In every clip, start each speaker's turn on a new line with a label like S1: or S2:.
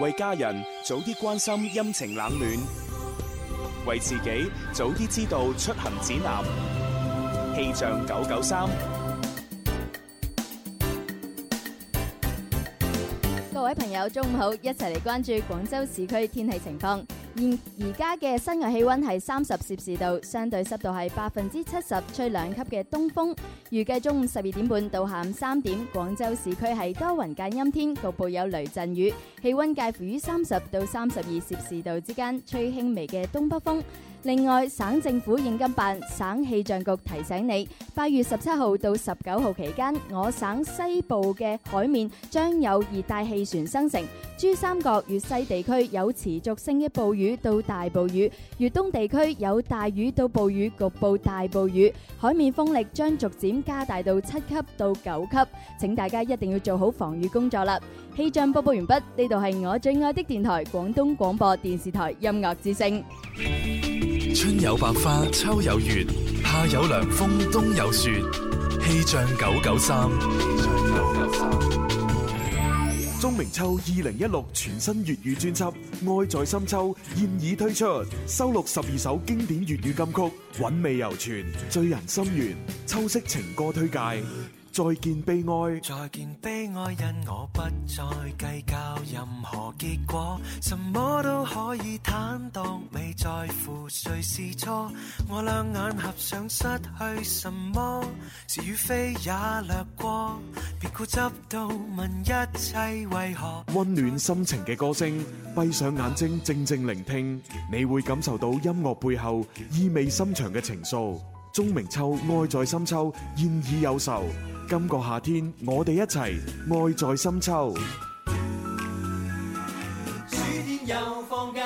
S1: 為家人早啲關心陰晴冷暖，為自己早啲知道出行指南。氣象九九三。
S2: 各位朋友，中午好，一齊嚟關注廣州市區天氣情況。現而家嘅室外氣溫係三十攝氏度，相對濕度係百分之七十，吹兩級嘅東風。預計中午十二點半到下午三點，廣州市區係多雲間陰天，局部有雷陣雨，氣溫介乎於三十到三十二攝氏度之間，吹輕微嘅東北風。另外，省政府應急辦、省氣象局提醒你，八月十七號到十九號期間，我省西部嘅海面將有熱帶氣旋生成，珠三角粵西地區有持續性嘅暴雨到大暴雨，粵東地區有大雨到暴雨，局部大暴雨，海面風力將逐漸加大到七級到九級，請大家一定要做好防禦工作啦。氣象播報完畢，呢度係我最愛的電台廣東廣播電視台音樂之聲。
S3: 春有百花，秋有月，夏有涼風，冬有雪。氣象九九三，
S4: 鍾明秋二零一六全新粵語專輯《愛在深秋》現已推出，收錄十二首經典粵語金曲，韻味猶存，醉人心弦。秋色情歌推介，再見悲哀。
S5: 再見悲哀，因我不再計較任何結果，什麼都可以坦蕩，未在乎誰是錯。我兩眼合上，失去什麼，是與非也掠過，別固執到問一切為何。
S4: 温暖心情嘅歌聲，閉上眼睛靜靜聆聽，你會感受到音樂背後意味深長嘅情愫。鍾明秋《愛在深秋》現已有售，今個夏天我哋一齊愛在深秋。
S6: 暑天又放假，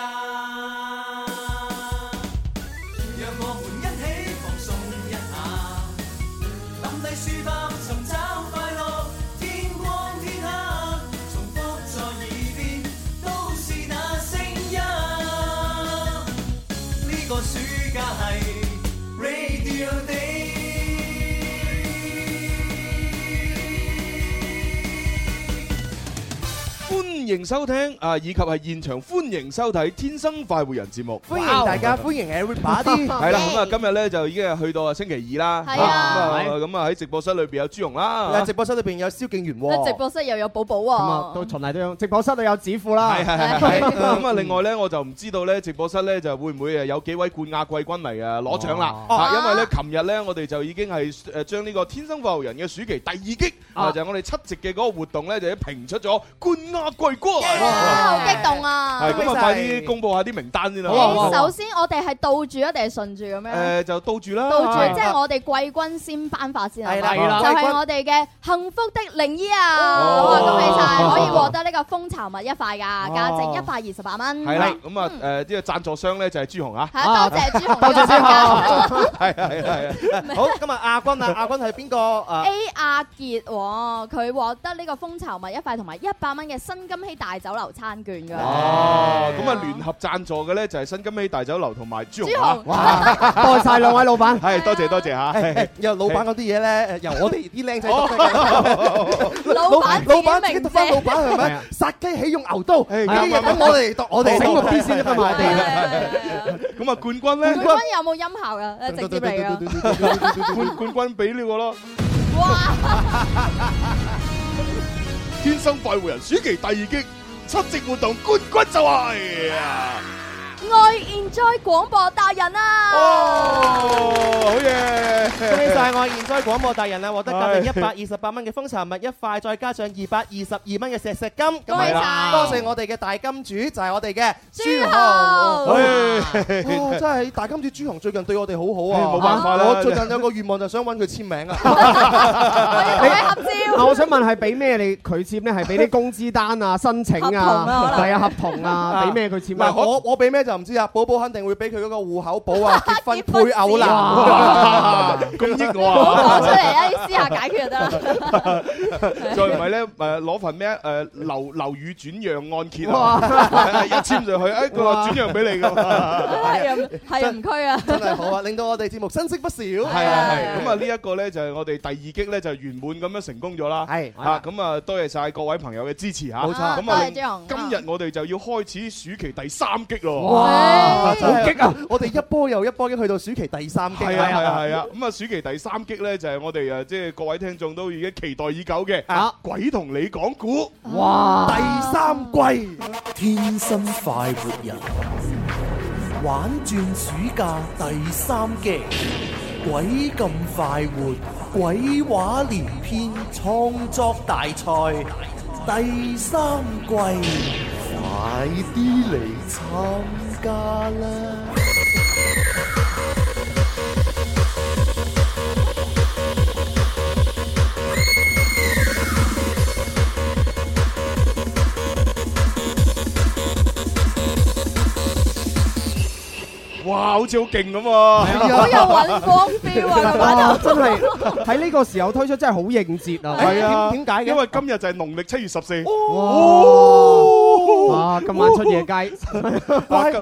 S6: 讓我們一起放鬆一下，抌低書包尋找快樂，天光天黑，重複在耳邊都是那聲音。呢個暑假係 Radio Day。
S7: 歡迎收聽啊，以及係現場歡迎收睇《天生快活人》節目。
S8: 歡迎大家，歡迎 everybody。
S7: 係啦，咁啊，今日咧就已經係去到啊星期二啦。
S2: 係啊
S7: 咁咁啊喺直播室裏邊有朱容
S8: 啊
S7: 啦
S8: 直。播室裏邊有蕭敬元喎。
S2: 直播室又有寶寶
S8: 咁啊，
S2: 喎。
S8: 到循例都有。直播室裏有指父啦。
S7: 係係係係。咁啊，另外咧，我就唔知道咧，直播室咧就會唔會誒有幾位冠亞季軍嚟啊攞獎啦？
S8: 哦
S7: 啊，因為咧，琴日咧，我哋就已經係誒將呢個《天生快活人》嘅暑期第二擊
S8: 啊
S7: 啊，就係我哋七夕嘅嗰個活動咧，就已經評出咗冠亞季軍。
S2: 啊，好激動啊！
S7: 係咁
S8: 恭喜
S7: 啊，
S8: 晒
S7: 快啲公佈下啲名單先啦。
S8: 好啊好啊好啊
S2: 首先我哋係倒住啊一定係順住咁樣？
S7: 誒就到住啦。
S2: 倒住
S8: 係啊
S2: 即係我哋季軍先頒發先啊
S8: 係
S2: 係
S8: 啦
S2: 咪
S8: 係啦
S2: 就
S8: 季
S2: 係
S8: 軍
S2: 我哋嘅幸福的靈醫啊！
S7: 哦
S2: 哇，恭喜晒，可以獲得呢個蜂巢蜜一塊㗎，
S8: 哦
S2: 價值一百二十八蚊。
S7: 係啦，咁啊誒，即係贊助商咧就係朱紅啊，
S2: 係啊，多謝朱紅
S8: 多謝朱
S2: 紅
S7: 係啊係啊係啊，
S8: 好，今日亞軍啊，亞軍係邊個？誒，
S2: A 阿傑喎，佢獲得呢個蜂巢蜜一塊同埋一百蚊嘅新金禧大酒樓餐券㗎。
S7: 哦，咁啊聯合贊助嘅咧就係新金禧大酒樓同埋朱
S2: 朱
S7: 紅啊，
S2: 紅，
S8: 代晒兩位老闆。
S7: 係多謝多謝 嚇。
S8: 又老闆嗰啲嘢咧，誒 由我哋啲靚仔
S7: 哦
S8: 得嘅。
S2: 老闆
S8: 老闆自
S2: 自己
S8: 己
S2: 明
S8: 讀翻老
S2: 啫。
S8: 闆係咪？殺雞起用牛刀，呢
S7: 啊係啊
S8: 啲嘢等我哋讀，啊我哋
S7: 醒目啲
S8: 先得
S2: 係係係
S7: 咁啊冠軍咧，
S2: 冠軍有冇音效㗎？ 誒直接嚟㗎。
S7: 冠冠軍俾呢個咯，
S2: 哇！
S7: 天生快活人暑期第二擊七夕活動冠軍就係。
S2: 愛 enjoy 廣播達人啊！
S7: 哦，好嘢！
S8: 恭喜晒我現在廣播大人啦，獲得價值
S7: 係
S8: 一百二十八蚊嘅蜂巢蜜一塊，再加上二百二十二蚊嘅石石金。啊
S2: 恭喜晒
S8: 多謝我哋嘅大金主，就係我哋嘅
S2: 朱
S8: 紅。
S2: 浩，
S8: 哇！真係大金主朱紅最近對我哋好
S7: 唉
S8: 好啊，
S7: 哎冇辦法啦
S8: 我最近有個願望就想揾佢簽名啊。
S2: 我要同你合
S9: 啊，
S2: 照。
S9: 我想問係俾咩你佢簽咧？係俾啲工資單啊、申請
S2: 合同啊可
S9: 啊、
S2: 能
S9: 係啊合同啊，俾咩佢簽
S8: 嗱，
S9: 啊？
S8: 我我俾咩就就唔知啦，寶寶肯定會俾佢嗰個户口 簿啊、結婚配偶
S7: 哇
S8: 欄。
S7: 咁益我
S2: 唔好
S7: 啊！
S2: 講出嚟啊，私下解決就得啦。
S7: 再唔係咧，誒攞份咩誒樓樓宇轉讓按揭啊，
S8: 哇
S7: 係一簽上去，誒佢話轉讓 俾你㗎。
S2: 係啊，係啊唔區啊。
S8: 哎真係好啊，令到我哋節目新色不少。
S7: 係
S8: 係
S7: 啊係，咁啊呢一個咧就係我哋第二擊咧就圓滿咁樣成功咗啦。
S8: 係
S7: 啊，咁啊多謝晒各位朋友嘅支持嚇。
S8: 冇錯
S2: 啊
S7: 咁
S2: 多
S7: 啊
S2: 謝，張龍。
S7: 今日我哋就要開始暑期第三擊咯。
S8: 哇！
S2: 哇
S8: 真係啊！我哋一波又一波嘅去到暑期第三
S7: 系
S8: 季
S7: 啊系啊係啊！咁啊，暑期第三擊咧就係我哋啊，即係各位聽眾都已經期待已久嘅
S8: 啊
S7: 鬼同你講古。
S8: 第三季
S9: 天生快活人，玩轉暑假第三季，鬼咁快活，鬼話連篇，創作大賽第三季，快啲嚟參加啦！
S7: 哇，好似好勁咁喎！
S2: 好有揾光 feel 啊！咁玩到
S7: 係啊，
S8: 點點解嘅
S7: 因為今日就係農曆七月十四。哦
S8: 怪
S7: 咁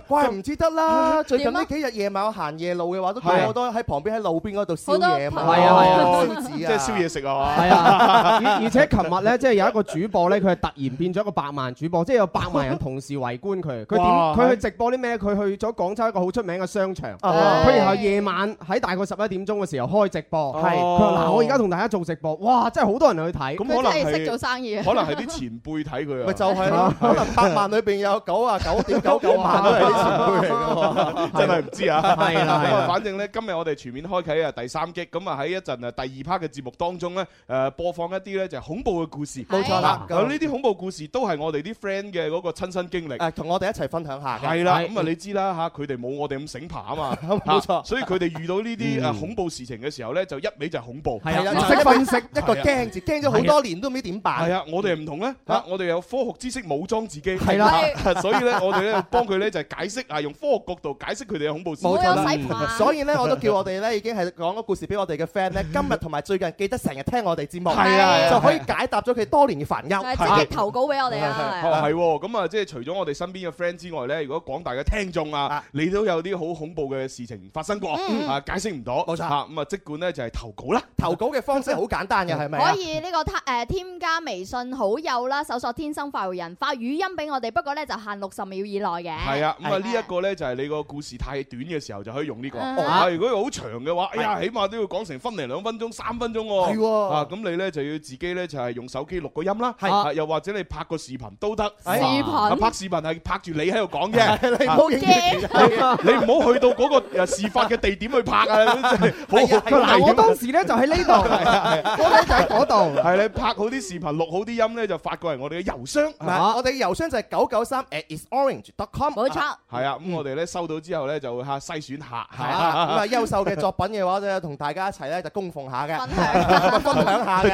S8: 怪唔知得啦！最近
S2: 哦點
S8: 呢
S2: 啊
S8: 幾日夜晚我行夜路嘅話，都
S7: 係
S8: 見好多喺旁邊喺路邊嗰度
S2: 好
S8: 燒
S2: 多
S8: 夜啊嘛，
S2: 朋友
S10: 係啊係啊
S8: 哦
S7: 哦
S8: 燒紙
S7: 即
S8: 啊，
S7: 係燒嘢食啊嘛。
S10: 係啊，而而且琴日咧，即係有一個主播咧，佢係突然變咗一個百萬主播，即係有百萬人同時圍觀佢。佢點？
S7: 哇
S10: 佢去直播啲咩？佢去咗廣州一個好出名嘅商場，
S8: 啊
S10: 佢然後夜晚喺大概十一點鐘嘅時候開直播。
S7: 哦
S10: 係佢話嗱，我而家同大家做直播，哇！真係好多人去睇。
S7: 咁可
S2: 佢
S7: 能
S2: 真係識做
S7: 係
S2: 生意啊！
S7: 可能係啲前輩睇佢啊。
S8: 咪就係咯。可能百萬裏邊有九啊九點九九萬都係
S10: 啊
S8: 啲前輩嚟嘅喎。
S7: 真係唔知啊！
S10: 係啦係啦
S7: 咁啊，反正咧，今日我哋全面開啟啊第三擊，咁啊喺一陣啊第二 part 嘅節目當中咧，誒播放一啲咧就係恐怖嘅故事。啊
S8: 冇錯啦，
S7: 咁呢啲恐怖故事都係我哋啲 friend 嘅嗰個親身經歷。
S8: 誒同我哋一齊分享下嘅。
S7: 係啦，
S10: 係
S7: 咁啊你知啦嚇，佢哋冇我哋咁醒爬啊嘛，
S8: 冇錯嗯
S7: 啊所以佢哋遇到呢啲誒恐怖事情嘅時候咧，就一味就係恐怖。
S10: 係
S8: 係
S10: 啊，
S8: 啊
S10: 唔
S8: 就係
S10: 識分析。
S8: 一個驚字，驚咗好多年都唔知點辦
S7: 係。啊，我哋唔同咧，嚇我哋有科學知識武裝自己，
S10: 係啦
S7: 啊， 所以咧我哋咧幫佢咧就係解釋啊，用科學角度解釋佢哋嘅恐怖事情
S2: 冇。有
S8: 啦
S2: 洗牌，
S8: 所以咧，我都叫 我哋咧已經係講咗故事俾我哋嘅 friend 咧，今日同埋最近記得成日聽我哋節目，
S2: 係啊係啊
S8: 就可以解答咗佢多年嘅煩
S2: 就係
S8: 憂。
S2: 積極投稿俾我哋啊！係啊
S7: 哦，係喎，咁啊，即係除咗我哋身邊嘅 friend 之外咧，如果廣大嘅聽眾啊
S8: 啊，嗯
S7: 你都有啲好恐怖嘅事情發生過，啊解釋唔到，
S8: 冇錯
S7: 啊咁啊，即管咧就係投稿啦。
S8: 投稿嘅方式好簡單嘅，係咪啊
S2: 可？以呢個誒添加微信好友啦，搜索天生快活人，發語音俾我哋，不過咧就限六十秒以內嘅。
S7: 係啊，咁啊
S2: 係
S7: 呢一個咧就係你個故事太短嘅時候就可以用呢個，
S2: 嗯
S7: 啊如果好長嘅話，哎呀，起碼都要講成分零兩分鐘、三分鐘喎。
S8: 係喎
S7: 啊咁你咧就要自己咧就係用手機錄個音啦，
S10: 係
S7: 啊又或者你拍個視頻都得。
S8: 哎
S2: 視
S7: 啊拍
S2: 頻
S7: 視頻係拍住你喺度講啫。啊
S8: 你唔好影
S2: 嘅
S7: 你唔好去到嗰個誒呃事發嘅地點去拍啊！真係好好危
S10: 哦
S2: 啊
S10: 嗱，我
S7: 險啊
S10: 當時咧就喺呢度，我咧就喺嗰度。
S7: 係你拍好啲視頻，錄好啲音咧，就發過嚟我哋嘅郵箱。
S8: 唔係我哋嘅郵箱就係九九三 at isorange.com。
S2: 冇錯。
S7: 係啊，咁我哋咧收到之後咧，就會嚇篩選下。
S8: 係啊， 咁啊優秀嘅作品嘅話咧，同大家一齊咧就供奉下嘅，
S2: 分享
S8: 分享下嘅。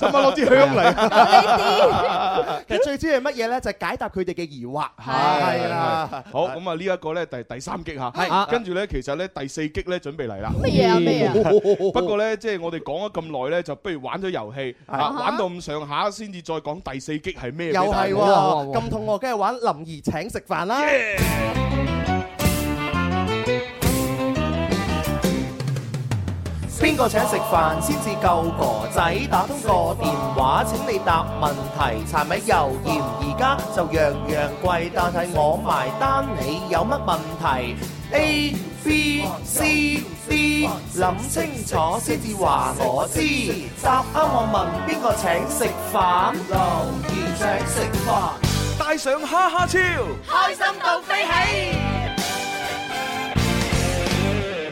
S7: 使乜攞支香 嚟？
S8: 其實最主要係乜嘢咧？就係解答佢哋嘅疑惑。
S2: 係
S8: 係啦，
S7: 好，咁啊呢一個咧第第三擊嚇，
S10: 啊
S7: 係跟住咧其實咧第四擊咧準備嚟啦。
S2: 乜嘢啊乜嘢啊？
S7: 不過咧，即係我哋講咗咁耐咧，就不如玩咗遊戲，啊玩到咁上下先至再講第四擊係咩俾
S8: 又
S7: 大家。
S8: 係
S10: 好啊好啊
S8: 喎，咁痛我梗係玩林兒請食飯啦。
S9: 邊個請食飯先至夠哥仔？打通個電話請你答問題，柴米油鹽而家就樣樣貴，但係我埋單，你有乜問題？A B C D，諗清楚先至話我知。答啱我問邊個請食飯？留言請食飯。
S6: 帶上哈哈超。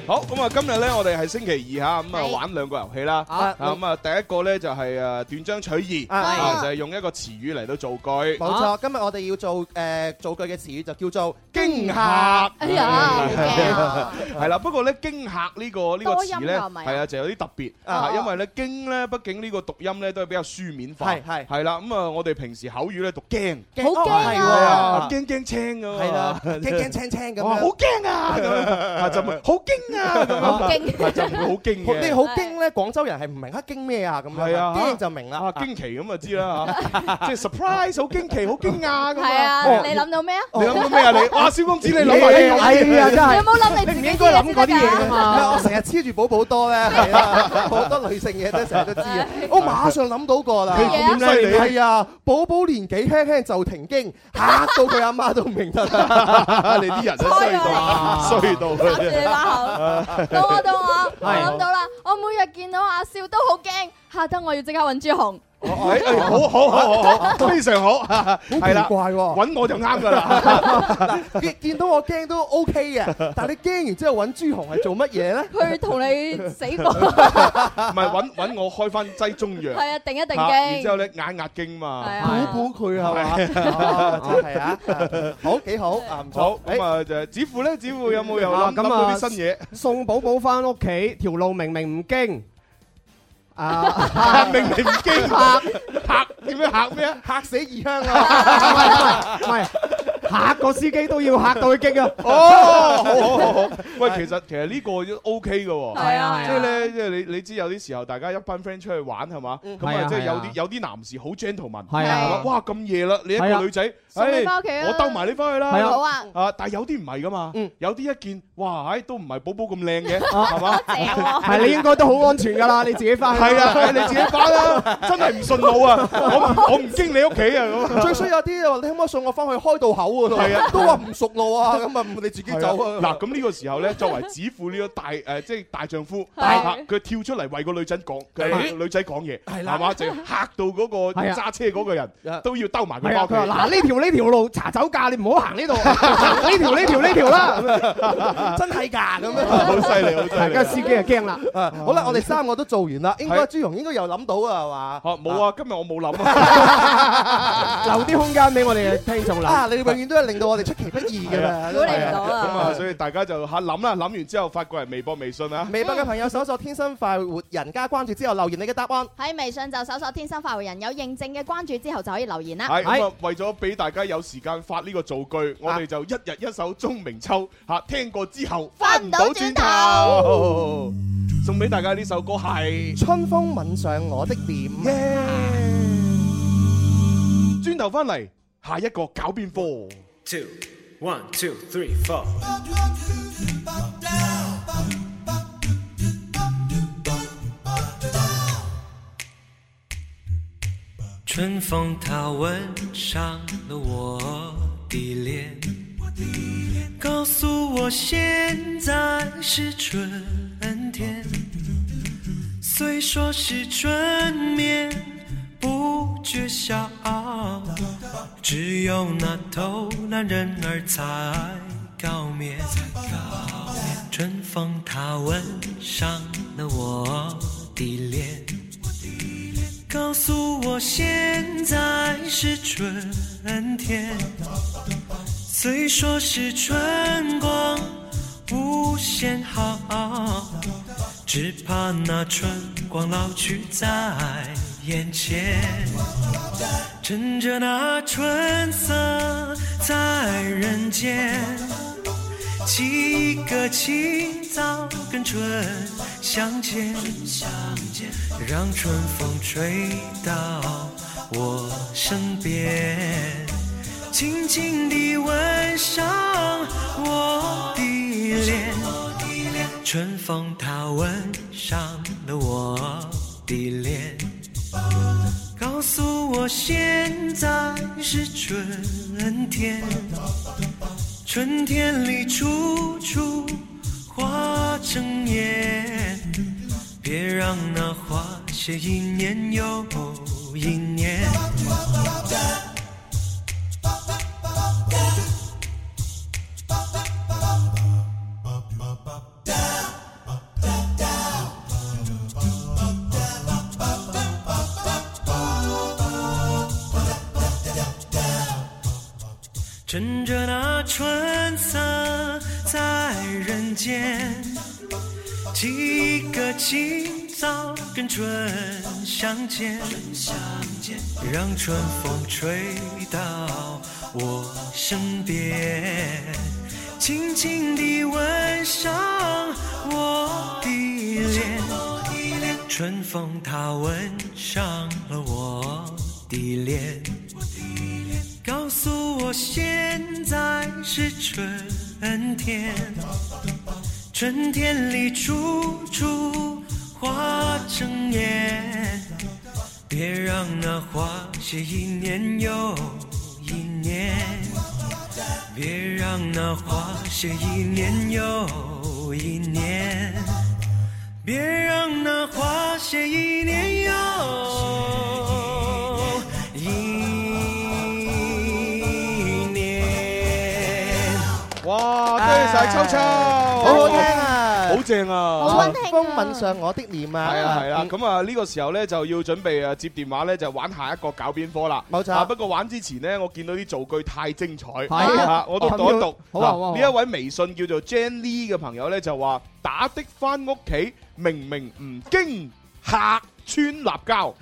S7: 好好咁啊！今日咧，我哋係星期二吓，咁啊
S11: 係
S7: 玩兩個遊戲啦。
S11: 啊
S7: 啊咁啊，第一個咧就係诶斷章取義，
S8: 啊
S7: 啊就係用一個詞語嚟到造句。
S8: 冇錯，今日我哋要做誒造句嘅詞語就叫做
S7: 驚
S8: 驚
S7: 嚇
S8: 嚇。
S7: 哎
S2: 呀
S8: 啊
S7: 係啦，不過咧驚嚇呢個呢個
S2: 多音
S7: 詞咧，
S2: 㗎係咪啊哦
S7: 係啊，就有啲特別
S8: 啊
S7: 啊，因為咧驚咧，畢竟呢個讀音咧都係比較書面化，
S8: 係係
S7: 係啦。咁啊，我哋平時口語咧讀驚，
S8: 驚
S2: 好驚啊
S8: 哦係
S7: 係
S8: 喎
S7: 驚驚青㗎嘛，
S8: 係啦，驚驚青青咁
S7: 哇，好
S8: 樣。
S7: 驚啊！咁樣啊就唔係好驚啊！咁樣
S2: 好驚
S7: 係就唔會好驚嘅。
S8: 你好驚咧，廣州人係唔明啊驚咩啊咁
S7: 係
S8: 樣
S7: 啊，
S8: 驚就明啦
S7: 啊，。驚奇咁就知啦嚇，即係 surprise 好驚奇，好驚訝咁
S2: 係啊，
S7: 哦
S2: 你諗到咩啊？
S7: 你諗到咩啊你？哇，蕭公子你諗埋呢個
S10: 哎呀，真
S2: 你有
S10: 係
S2: 冇諗你自己
S10: 應該諗嗰啲嘢㗎
S2: 㗎？
S8: 唔係，
S10: 嘛
S8: 我。成日黐住寶寶多咧，係 啊， 好多女性嘢都成日都 知 啊。我馬
S6: 哦
S8: 上諗到個啦，
S2: 佢點
S7: 犀利
S8: 係啊，寶寶年紀輕輕就停經，嚇到佢阿媽都唔認得啦。
S7: 啊 你啲人真係衰到衰到
S2: 攬
S7: 啊
S2: 住
S7: 真係
S2: 你把 口， 到我到我，我
S10: 係
S2: 諗到啦，我每日見到阿笑都好驚，嚇得我要即刻揾朱紅。
S7: 哎哎好好好好 好，非常好，係啦
S8: 哦好奇，怪喎。
S7: 揾我就啱㗎啦。
S8: 見見到我驚都 OK 嘅，但係你驚完之後揾朱紅係做乜嘢咧？
S2: 佢同你死過，
S7: 唔係揾揾我開翻劑中藥，
S2: 係啊，定一定
S7: 啊然之後
S2: 驚，
S7: 咧眼壓驚嘛。
S2: 係啊，
S8: 估估佢係嘛？哦真 係啊，好幾好啊，唔
S7: 好
S8: 錯。
S7: 咁啊，就子富咧，子富有冇有
S10: 啊
S7: 諗諗
S10: 咁
S7: 到
S10: 啊
S7: 啲新嘢？
S10: 送寶寶翻屋企，條路明明唔經啊，
S7: 明明唔驚嚇嚇點樣嚇咩啊？
S8: 嚇死異鄉啊！
S10: 唔係嚇個司機都要嚇到佢激啊！
S7: 哦，好好好好，喂，其實其實呢個都 OK 嘅喎。
S2: 係啊，
S7: 即係咧，即係你你知有啲時候大家一班 friend 出去玩係嘛，咁
S10: 係
S7: 啊
S10: 啊
S7: 即係有
S10: 係啊
S7: 啲有啲男士好 gentleman，
S10: 係
S2: 啊
S7: 話哇咁夜啦，你一
S10: 係
S7: 個
S10: 啊
S7: 女仔，
S2: 送你
S7: 唉
S2: 返屋企啊
S7: 我兜埋你翻去啦，
S10: 係啊
S2: 好啊，
S7: 啊！但係有啲唔係噶嘛
S10: 嗯，
S7: 有啲一見，哇！唉，都唔係寶寶咁靚嘅，係嘛？
S2: 正喎，
S10: 係你應該都好安全㗎啦，你自己翻去。
S7: 係啊，唉你自己翻 啦，真係唔順路啊！我唔我唔經你屋企啊咁。
S8: 最衰有啲話你可唔可以送我翻去開到口嗰度？
S7: 係啊
S8: 都話唔熟路啊，咁啊你自己走啊。
S7: 嗱，咁呢個時候咧，作為子父呢個大誒，即係大丈夫，
S2: 係
S7: 啊佢跳出嚟為個女仔講，佢女仔講嘢，
S8: 係啦
S7: 係嘛，就嚇到嗰個
S10: 係啊
S7: 揸車嗰個人
S8: 啊
S7: 都要兜埋佢
S10: 係啊，
S7: 包
S10: 佢話
S7: 佢。
S10: 嗱呢條呢條路查酒駕，你唔好行 呢度，呢 條呢條呢條啦。咁樣
S8: 真係㗎咁樣。
S7: 好犀利，好犀
S10: 係
S7: 利
S10: 跟住。司機就驚啦。
S8: 啊好啦，我哋三個都做完啦，應
S7: 係
S8: 該朱紅應該又諗到啊，係
S7: 嚇
S8: 嘛？
S7: 冇啊！今日我冇 諗啊，
S10: 留啲空間俾我哋聽眾啦。
S8: 啊，你永遠都係令到我哋出其不意㗎啦。
S2: 估你唔到
S7: 咁啊，
S2: 啊！
S7: 所以大家就嚇諗啦，諗完之後發過嚟微博、微信啊。
S8: 微博嘅朋友搜索天生快活人家關注之後留言你嘅答案。
S2: 喺微信就搜索天生快活人，有認證嘅關注之後就可以留言啦。
S7: 係咁啊，為咗俾大家有時間發呢個造句，我哋就一日一首鐘明秋嚇，聽過之後
S2: 翻唔到轉
S7: 頭，送俾大家呢首歌係。
S8: 春風吻上我的臉。
S7: 轉頭翻嚟，下一個搞邊科？
S12: two, one, two, three, four.
S5: 春风它吻上了我的脸，告诉我现在是春天。虽说是春眠，不觉晓，只有那偷懒人儿才高眠。春风它吻上了我的脸。告诉我现在是春天。虽说是春光无限好，只怕那春光老去在眼前。趁着那春色在人间，起个清早跟春相见，让春风吹到我身边，轻轻地吻上我
S6: 哦
S5: 的脸。春风它吻上了我的脸，告诉我现在是春天。春天里处处花争艳，别让那花谢一年又一年。趁着那春色在人间，起个清早跟春相见，让春风吹到我身边，轻轻地吻上我的脸，春风它吻上了我的脸。告诉我现在是春天，春天里处处花争艳，别让那花谢一年又一年，别让那花谢一年又一年，别让那花谢一年又一年。
S7: 哇，啊多謝晒秋秋，好
S8: 好聽啊
S7: 好正啊，
S8: 風吻上我的臉啊！
S7: 系啦系啦，咁啊呢個時候咧就要準備啊接電話咧就玩下一個搞邊科啦。
S8: 冇錯
S7: 啊不過玩之前呢，我見到啲造句太精彩，
S8: 係
S7: 啊 我都
S8: 哦
S7: 讀一讀。嗱
S8: 好啊好啊好啊
S7: 呢一位微信叫做 Jenny 嘅朋友咧就話打的翻屋企，明明唔經嚇穿立交，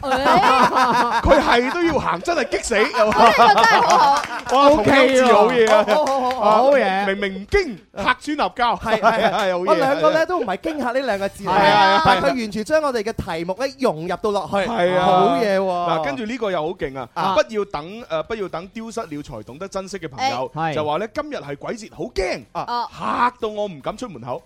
S6: 哎
S7: 佢係都要行，真係激死。真
S6: 係真係好好
S7: 哇，同
S6: OK
S7: 音字好嘢啊！
S8: 好好好好好
S7: 啊
S8: 嘢
S7: 明明唔經嚇穿立交，
S8: 係係
S7: 係係好
S8: 係，
S7: 嘢。
S8: 我兩個
S7: 係啊
S8: 咧都唔係驚嚇呢兩個字嚟
S7: 係啊係啊
S8: 嘅，但係
S7: 係啊
S8: 佢完全將我哋嘅題目咧融入到落去，
S7: 係啊，
S8: 好嘢
S7: 嗱，
S8: 喎！
S7: 跟住呢個又好勁啊！
S8: 啊
S7: 不要等誒，不要等丟失了才懂得珍惜嘅朋友
S8: 哎，係
S7: 就話咧今日係鬼節，好
S8: 哦
S7: 驚，嚇到我唔敢出門 口。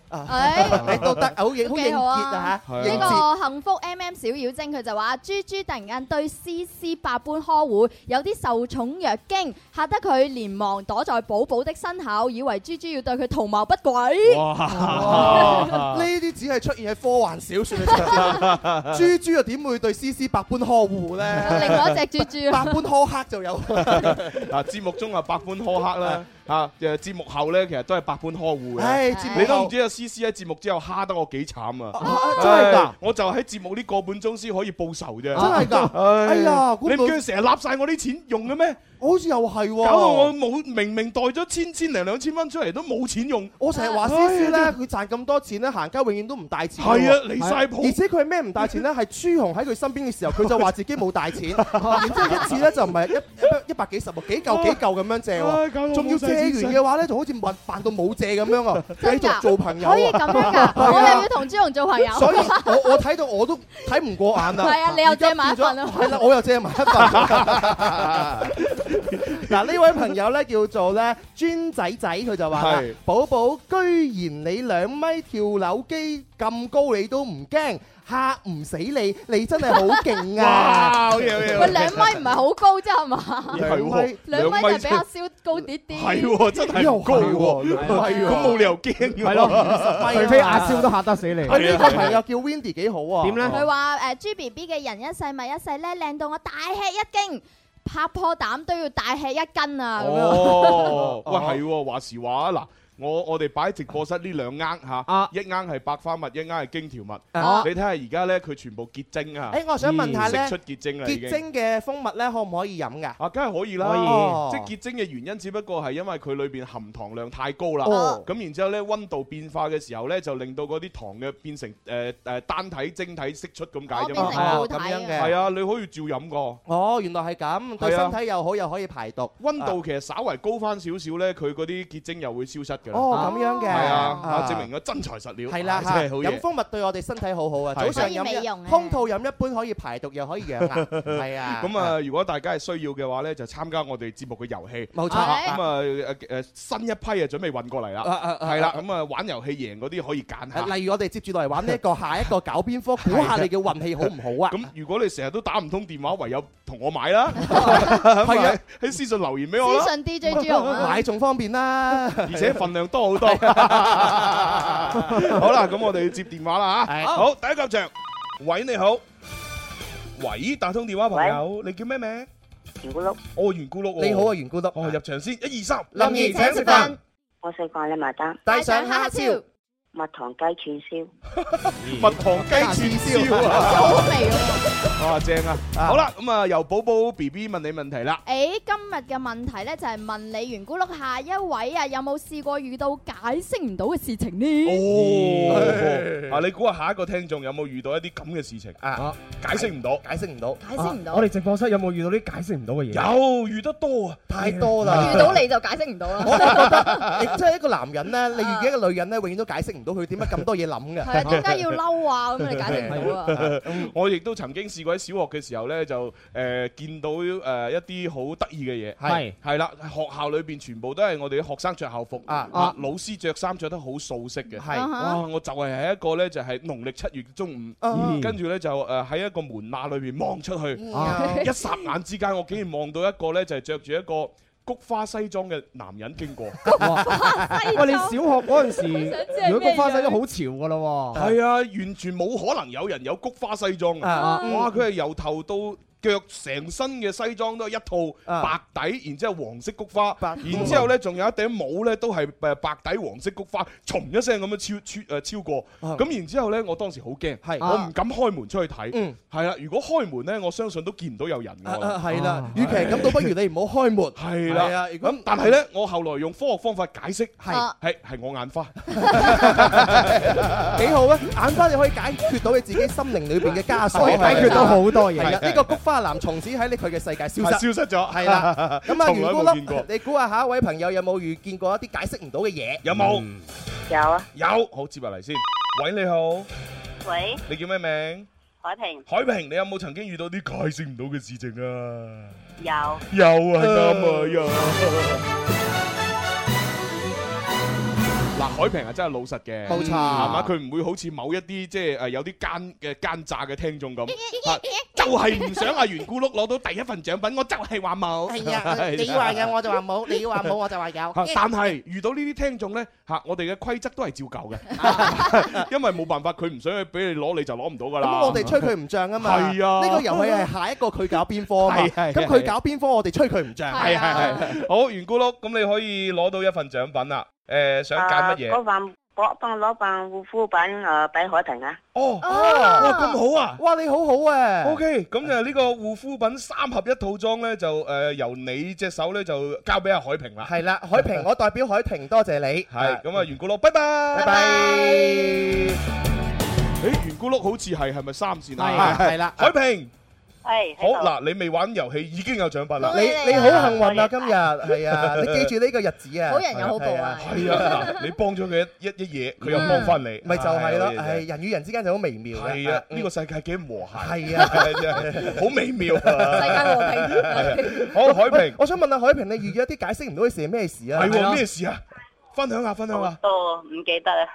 S8: 你都得好應好應
S2: 幾好
S8: 節
S2: 啊
S8: 啊！嚇，
S7: 係
S2: 呢
S7: 啊
S2: 個幸福 M M 小妖精佢就話：豬豬突然間對思思百般呵護，有啲受寵若驚，嚇得佢連忙躲在寶寶的身後，以為豬豬要對佢圖謀不軌。
S6: 哦
S8: 哇 呢啲只係出現喺科幻小説嘅場景， 豬豬又點會對思思百般呵護咧？
S2: 另外一隻豬豬
S8: 百般苛刻就有。
S7: 啊，節目中啊百般苛刻啦，啊誒節目後咧其實都係百般呵護
S8: 唉
S7: 嘅
S8: 節目。後
S7: 你都唔知啊思思喺節目之後蝦得我幾慘啊！
S8: 真係㗎
S7: 唉！我就喺節目呢個半鐘先可以報仇啫。 真
S8: 係㗎哎呀估唔
S7: 你
S8: 到
S7: 唔見佢成日揦晒我啲錢用嘅咩？
S8: 好似又係喎，
S7: 搞到我冇明明袋咗千千零兩千蚊出嚟都冇錢用。
S8: 我成日話思思咧，佢賺咁多錢咧，行街永遠都唔帶錢喎。
S7: 係啊離晒譜
S8: 而且佢係咩唔帶錢咧？係朱紅喺佢身邊嘅時候，佢就話自己冇 帶錢，然之後一次咧就唔係一一一百幾十喎，幾嚿幾嚿咁樣借
S7: 唉搞到我
S8: 喎，仲要
S7: 冇晒
S8: 借
S7: 錢
S8: 完嘅話咧，就好似扮扮到冇借咁樣啊，繼
S2: 真㗎
S8: 續做朋友啊
S2: 可以咁樣 㗎，
S8: 係啊
S2: 我又要同朱紅做朋友。
S8: 所以我我睇到我都睇唔過眼 啦。
S2: 係啊你又借埋一份啊
S8: 而家 變咗係啦，我又 借埋一份。嗱呢位朋友咧叫做咧專仔仔，佢就話啦
S7: 係：
S8: 寶寶居然你兩米跳樓機咁高，你都唔驚。嚇唔死你，你真係好 勁
S7: 哇
S8: 啊！
S7: 好嘢好嘢
S2: 喂，兩米唔係好高啫，係嘛？
S7: 係喎
S2: 兩米就比較
S7: 真
S2: 少高啲啲。
S7: 係喎，真係唔高喎，
S8: 又係喎係喎
S7: 咁冇理由驚㗎。
S10: 係咯，除非阿蕭都嚇得死你。
S8: 佢呢個朋友叫 Windy 幾好啊？
S10: 點呢
S2: 佢話誒豬 B B 嘅人一世物一世咧，靚到我大吃一驚，拍破膽都要大吃一斤 啊！咁樣。
S7: 哦，喂，係喎，話時話啊，嗱。我我哋擺喺直播室呢兩罌嚇，一罌係百花蜜，一罌係荊條蜜。
S8: 啊
S7: 你睇下而家咧，佢全部結晶啊！
S8: 誒，我想問下咧，
S7: 釋出結晶啦，已
S8: 結
S7: 經。
S8: 晶嘅蜂蜜咧，可唔可以飲㗎？
S7: 啊，梗係可以
S8: 可以
S7: 啦，哦即係結晶嘅原因，只不過係因為佢裏邊含糖量太高啦。
S8: 哦
S7: 咁然之後咧，温度變化嘅時候咧，就令到嗰啲糖嘅變成誒誒單體、晶體釋出咁解啫嘛。
S8: 哦變成固體啊咁樣嘅
S7: 係啊，你可以照飲個。
S8: 哦，原來係咁，對
S7: 係啊
S8: 身體又好，又可以排毒。
S7: 温度其實稍為高翻少少咧，佢嗰啲結晶又會消失㗎啦。
S8: 哦咁樣嘅
S7: 係啊，
S8: 啊
S7: 啊證明個真材實料。啊
S8: 係啦
S7: 真
S8: 嚇，
S7: 係好嘢
S8: 飲。蜂蜜對我哋身體好好啊！
S7: 係
S8: 早上
S2: 可以美
S8: 飲
S2: 容
S8: 一，空肚飲一杯可以排毒又可以 養 啊，係啊。
S7: 咁啊，如果大家係需要嘅話咧，就參加我哋節目嘅遊戲。
S8: 冇錯
S7: 啊咁啊誒誒新一批啊，準備運過嚟啦
S8: 啊啊。啊
S7: 係啦，
S8: 啊
S7: 咁啊玩遊戲贏嗰啲可以揀下。
S8: 誒，例如我哋接住落嚟玩呢一個下一個搞邊 科，估下你嘅運氣好唔好啊？
S7: 咁如果你成日都打唔通電話，唯有同我買 啦。係
S8: 啊，
S7: 喺私信留言俾我啦
S2: 私。信 D J 朱紅啊
S8: 買！仲方便啦，
S7: 而且份量多 好多。好啦，咁我哋要接電話啦吓。好，第一個入場，喂你好，喂打通電話朋友，你叫咩名？
S13: 圓咕碌。
S7: 哦，圓咕碌。
S8: 你好啊，圓咕碌。
S7: 哦，入場先，一二三，
S13: 林怡請食飯。我食飯你埋單。
S8: 帶上哈哈超。
S13: 蜜糖雞串燒。
S7: 蜜糖雞串燒啊，
S2: 好味喎！
S7: 哇，正啊！好啦，咁啊，由寶寶 B B 問你問題啦。
S2: 诶，今日嘅問題咧就係問你圓咕碌下一位啊，有冇試過遇到解釋唔到嘅事情
S8: 哦
S2: 呢？
S7: 啊，你估下下一個聽眾有冇遇到一啲咁嘅事情啊？解釋唔到，解釋唔到，
S2: 解釋唔到。
S10: 啊我哋直播室有冇遇到啲解釋唔到嘅嘢？
S7: 有遇得多啊，
S8: 太多啦。
S2: 遇到你就解釋唔到啦。
S8: 我覺得 你真係一個男人咧，你遇見一個女人咧，永遠都解釋唔到佢點解咁多嘢諗 嘅。
S2: 係啊，點解要嬲啊？咁你解 釋唔 到啊？
S7: 我亦都曾經試過喺小學嘅時候呢，就誒、呃、見到誒、呃一啲好得意嘅嘢，
S10: 係
S7: 係啦，學校裏邊全部都係我哋啲學生着校服，啊
S10: 啊
S7: 老師着衫着得好素色嘅，
S2: 啊
S8: 係
S7: 哇！我就係喺一個呢，就係農曆七月嘅中午，
S2: 哦
S10: 嗯
S8: 啊
S7: 跟住呢，就誒喺一個門罅裏邊望出去，
S8: 啊
S7: 一霎眼之間，我竟然望到一個呢，就係着住一個菊花西裝嘅男人 經過。
S10: 喂，你小學嗰
S2: 係
S10: 陣時，如果菊花西都好潮噶咯喎。
S7: 係啊，完全冇可能有人有菊花西裝啊！
S8: 嗯
S10: 啊
S7: 哇，佢係由頭到腳成身嘅西裝都係一套
S8: 啊
S7: 白底，然之後黃色菊花，
S8: 白
S7: 然之後咧仲有一頂帽咧都係誒白底黃色菊花，重一聲咁樣超呃超誒超過，
S8: 啊
S7: 咁然之後咧我當時好驚，
S8: 係
S7: 我唔敢開門出去睇
S8: 嗯，
S7: 係啦，如果開門咧我相信都見唔到有人
S8: 啊啊
S7: 㗎。
S8: 係啦，與其係咁，倒不如你唔好開門。
S7: 係
S8: 係
S7: 啦
S8: 啊，如果
S7: 咁但係咧，我後來用科學方法解釋，
S8: 係
S7: 係係我眼花，
S8: 幾好啊！眼花你可以解決到你自己心靈裏邊嘅枷 鎖，
S10: 可以解決到好多嘢
S8: 係啦，呢個菊花男從此喺你佢嘅世界消
S7: 消
S8: 失。
S7: 失咗，
S8: 係啦，咁啊，
S7: 從
S8: 袁
S7: 來
S8: 姑
S7: 冇見過
S8: 粒，。你估下下一位朋友有冇遇見過一啲解釋唔到嘅嘢？
S7: 有冇？
S13: 有啊，
S7: 有，好接入嚟先。喂，你好，
S13: 喂，
S7: 你叫咩名？
S13: 海平
S7: 海平，你有冇曾經遇到啲解釋唔到嘅事情啊？
S13: 有。
S7: 有啊，啱啊，有啊。嗱，海平係真係老實嘅，
S8: 冇錯
S7: 係嘛？佢唔會好似某一啲即係誒有啲奸嘅奸詐嘅聽眾咁，啊就係唔想阿袁咕碌攞到第一份獎品，我就係話冇。
S8: 我就話冇；你話冇，我就話有
S7: 啊但係遇到呢啲聽眾呢，嚇我哋嘅規則都係照舊 嘅，因為冇辦法，佢唔想俾你攞，你就攞唔到㗎啦。
S8: 咁我哋吹佢唔漲啊嘛，
S7: 係啊
S8: 呢個遊戲係下一個佢搞邊科啊嘛，
S7: 係係係
S8: 咁佢搞邊科我哋吹佢唔漲，
S7: 係係係。好，圓咕碌，咁你可以攞到一份獎品啦。誒，想揀乜
S13: 啊嗰
S7: 嘢？
S13: 份嗰份攞份護膚品誒俾海婷啊，
S7: 哦，哇，
S2: 哦，
S7: 咁好啊！
S8: 哇，你好好啊
S7: OK，咁就呢個護膚品三合一套裝呢，就誒由你隻手呢，就交俾阿海平啦。
S8: 係啦，海 平，我代表海平多謝你，
S7: 係，咁啊，圓咕碌，拜拜，
S8: 拜拜。
S7: 誒，圓咕碌好似係係咪三線啊？
S8: 係係啦
S7: 海平，
S13: 係
S7: 好，嗱，你未玩遊戲已經有獎品啦。
S8: 你你好幸運啊，今日係啊，你記住呢個日子啊，
S2: 好人有好報啊
S7: 係 啊，嗱，你幫咗佢一一一嘢，佢又幫翻你，
S8: 咪就係咯，
S7: 係好嘢
S8: 係人與人之間就好微妙嘅
S7: 係啊，呢個世界幾和諧，
S8: 係啊。
S7: 真係 好微妙啊！
S2: 世界和平。
S7: 好，海
S8: 喂
S7: 平，
S8: 我想問下海平，你遇咗一啲解釋唔到嘅事係咩事啊？
S7: 係喎，咩事啊？分享下，分享
S13: 好
S7: 下。
S13: 多唔記得啊，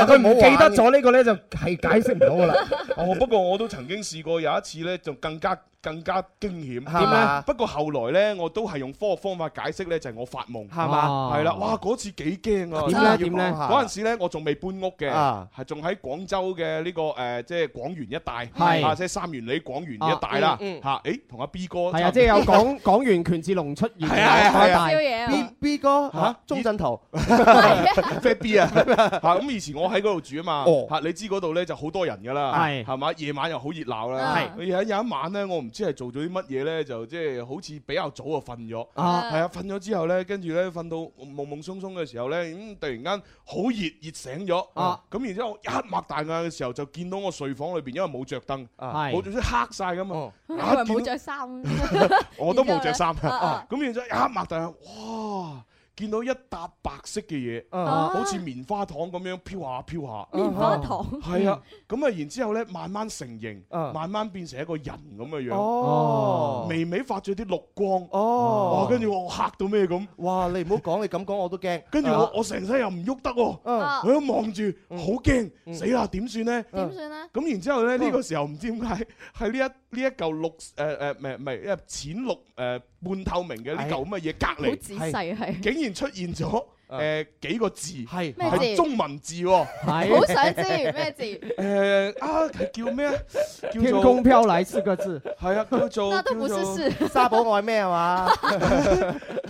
S10: 嗱佢唔記得咗呢個咧，就係解釋唔到噶啦。
S7: 哦，不過我都曾經試過有一次咧，就更加更加驚險。
S8: 係嘛
S7: 不過後來咧，我都係用科學方法解釋咧，就係我發夢。
S8: 係嘛？
S7: 係啦，哇！嗰次幾驚啊！
S10: 點
S8: 呢
S10: 咧？
S8: 點
S10: 點
S8: 咧
S10: 咧？
S7: 嗰陣時咧，我仲未搬屋嘅，
S8: 啊
S7: 係仲喺廣州嘅呢個誒，即係廣園一帶，
S10: 係
S7: 啊，即係三元里廣園一帶啦
S8: 啊，嗯嗯
S7: 嚇，誒，同阿 B 哥
S10: 係
S7: 差
S10: 啊，
S7: 唔
S10: 即
S7: 多
S10: 係有講講完權志龍出現
S7: 係啊係啊係啊
S2: 宵夜啊
S8: B B 哥
S7: 嚇
S8: 嚇，鐘鎮濤
S7: 啡 B 啊， 嚇咁以前我喺嗰度住啊嘛
S8: 哦，
S7: 嚇你知嗰度咧就好多人㗎啦，
S10: 係
S7: 係嘛，夜晚又好熱鬧啦
S2: 係，
S7: 有有一晚咧，我唔知係做咗啲乜嘢咧，就即係好似比較早就瞓咗。
S10: 啊，
S7: 係啊，瞓咗之後咧，跟住咧瞓到夢夢鬆鬆嘅時候咧，咁突然間好熱，熱醒咗。
S10: 啊
S7: 咁然之後我一擘大眼嘅時候，就見到我睡房裏邊，因為冇着燈，
S10: 啊係哦
S7: 冇咗黑晒咁嘛。
S2: 以
S7: 啊
S2: 為冇
S7: 見到
S2: 着衫，
S7: 我都冇着衫。
S2: 然之後呢啊啊
S7: 咁然之後一擘大眼，哇！見到一笪白色嘅嘢，
S2: 啊
S7: 好似棉花糖咁樣飄下飄下。
S2: 棉花糖。
S7: 係啊，咁啊，然之後咧，慢慢成形，
S8: 啊
S7: 慢慢變成一個人咁嘅樣，
S8: 哦
S7: 微微發咗啲綠光。哇！
S8: 哦，
S7: 跟住我嚇到咩咁？
S8: 哇！你唔好講，你咁講我都驚。
S7: 跟住我
S8: 啊，
S7: 我成身又唔喐得喎。
S8: 嗯
S2: 啊
S7: 我一望住，好驚，死啦！點算呢？
S2: 點算咧？
S7: 咁然之後咧，呢個時候唔知點解 喺呢一呢一嚿綠誒誒，唔係唔係誒淺綠誒半透明嘅呢嚿咁嘅嘢隔
S2: 好
S7: 離，
S2: 仔細係。
S7: 竟然出現咗誒幾個字，係
S2: 咩字
S7: 係中文字喎，
S2: 好想知咩字？
S7: 誒啊，叫咩啊？叫
S10: 天
S7: 做
S10: 空飄來四個字，
S7: 係 啊，叫做
S2: 那都不 是事。
S8: 沙堡愛咩係嘛？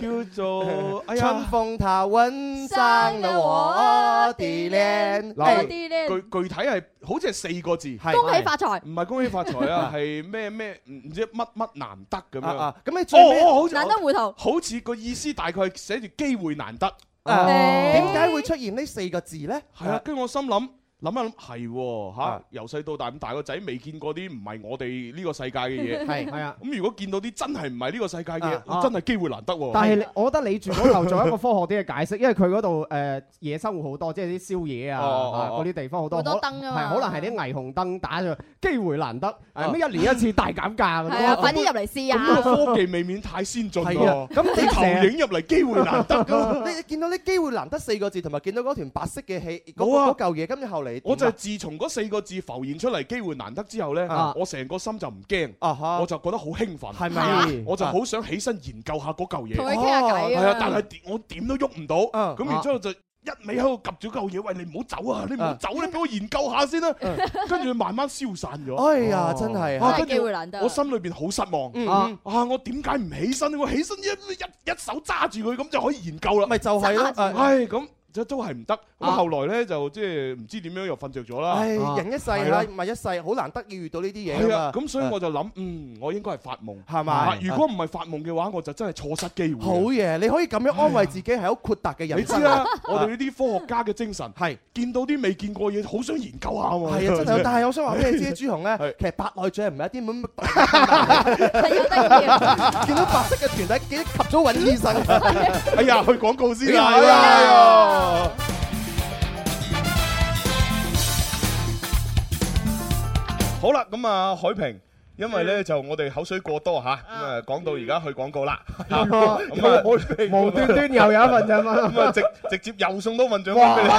S7: 叫做哎
S8: 春
S7: 呀。
S8: 風它吻上了我的臉。
S7: 嗱，
S8: 哎
S7: 具具體係好似係四個字，
S8: 恭喜發
S2: 財
S7: 唔係恭喜發財啊，係咩咩唔唔知乜乜難得咁
S8: 啊
S7: 樣
S8: 啊。咁你最尾
S7: 哦哦好似
S2: 難得糊塗
S7: 好似個意思大概係寫住機會難得。
S8: 啊點解會出現呢四個字咧？
S7: 係啊，跟住我心諗。諗一諗係喎
S10: 啊
S7: 嚇，由細到大咁大個仔未見過啲唔係我哋呢個世界嘅嘢，
S10: 係係啊
S7: 咁如果見到啲真係唔係呢個世界嘅嘢，
S10: 啊
S7: 真係機會難得喎。
S10: 但係你我覺得你住嗰頭做一個科學啲嘅解釋，因為佢嗰度誒夜生活好多，即係啲宵夜啊
S7: 哦哦
S10: 啊嗰啲地方好多，
S2: 好多
S10: 可
S2: 燈啊嘛
S10: 係可能係啲霓虹燈打咗，機會難得，誒咩一年一次大減價嗰啲
S2: 係啊，快啲入嚟試
S7: 咁
S2: 下。
S7: 個科技未免太先進
S10: 係
S7: 喎
S10: 啊，咁你
S7: 你投
S10: 成日
S7: 影入嚟機會難 得㗎。
S8: 你你見到呢機會難得四個字，同埋見到嗰團白色嘅氣，嗰
S7: 冇啊
S8: 嗰嗰嚿嘢，跟住後嚟
S7: 我就係
S8: 點啊
S7: 自從嗰四個字浮現出嚟，機會難得之後呢
S8: 啊，
S7: 我成個心就唔驚，
S8: 哈
S7: 我就覺得好興奮，
S8: 係咪啊
S7: 我就好想起身研究下嗰嚿嘢，
S2: 同佢傾下偈啊
S7: 哦係啊，但係點我點都喐唔到，
S8: 嗯
S7: 咁然之後就。一味喺度及住嚿嘢，喂你唔好走啊！你唔好
S8: 嗯
S7: 走，你俾我研究下先啦。跟住慢慢消散咗。
S8: 啊哎呀真係啊
S7: 啊
S2: 真係
S7: 跟住
S2: 機會難得
S7: 我心裏邊好失
S8: 嗯
S7: 望。
S8: 嗯
S7: 啊啊！我點解唔起身？我起身一一一手揸住佢，咁就可以研究啦。
S8: 咪就係咯，誒
S7: 唉，咁就都係唔得。咁
S8: 啊
S7: 後來咧就即係唔知點樣又瞓着咗啦。
S8: 唉
S7: 啊
S8: 人一世
S7: 係
S8: 啦，
S7: 啦
S8: 唔係一世，好難得要遇到呢啲嘢
S7: 係
S8: 㗎嘛
S7: 啊，咁所以我就諗，嗯，我應該係發夢，
S8: 係嘛
S7: 啊如果唔係發夢嘅 話，我就真係錯失機會。
S8: 好嘢，你可以咁 樣安慰自己係好豁達嘅
S7: 你
S8: 人
S7: 知
S8: 生
S7: 啦
S8: 啊。，
S7: 我哋呢啲科學家嘅精神係見到啲未見過嘢，好想研究下喎。
S8: 係 啊，真係。但係我想話俾你知，朱紅咧，其實白內障唔係一啲咁 見到白色嘅團體，記得及早揾醫 生。
S7: 哎呀，去廣告先啦。
S8: 哎呀
S7: 哎呀好啦，咁啊，海平。因為咧就我哋口水過多吓，咁啊講到而家去廣告啦，
S10: Ừ.
S7: 咁啊
S10: 無端端又有一份獎品。
S7: 咁啊直直接又送多份獎品俾你，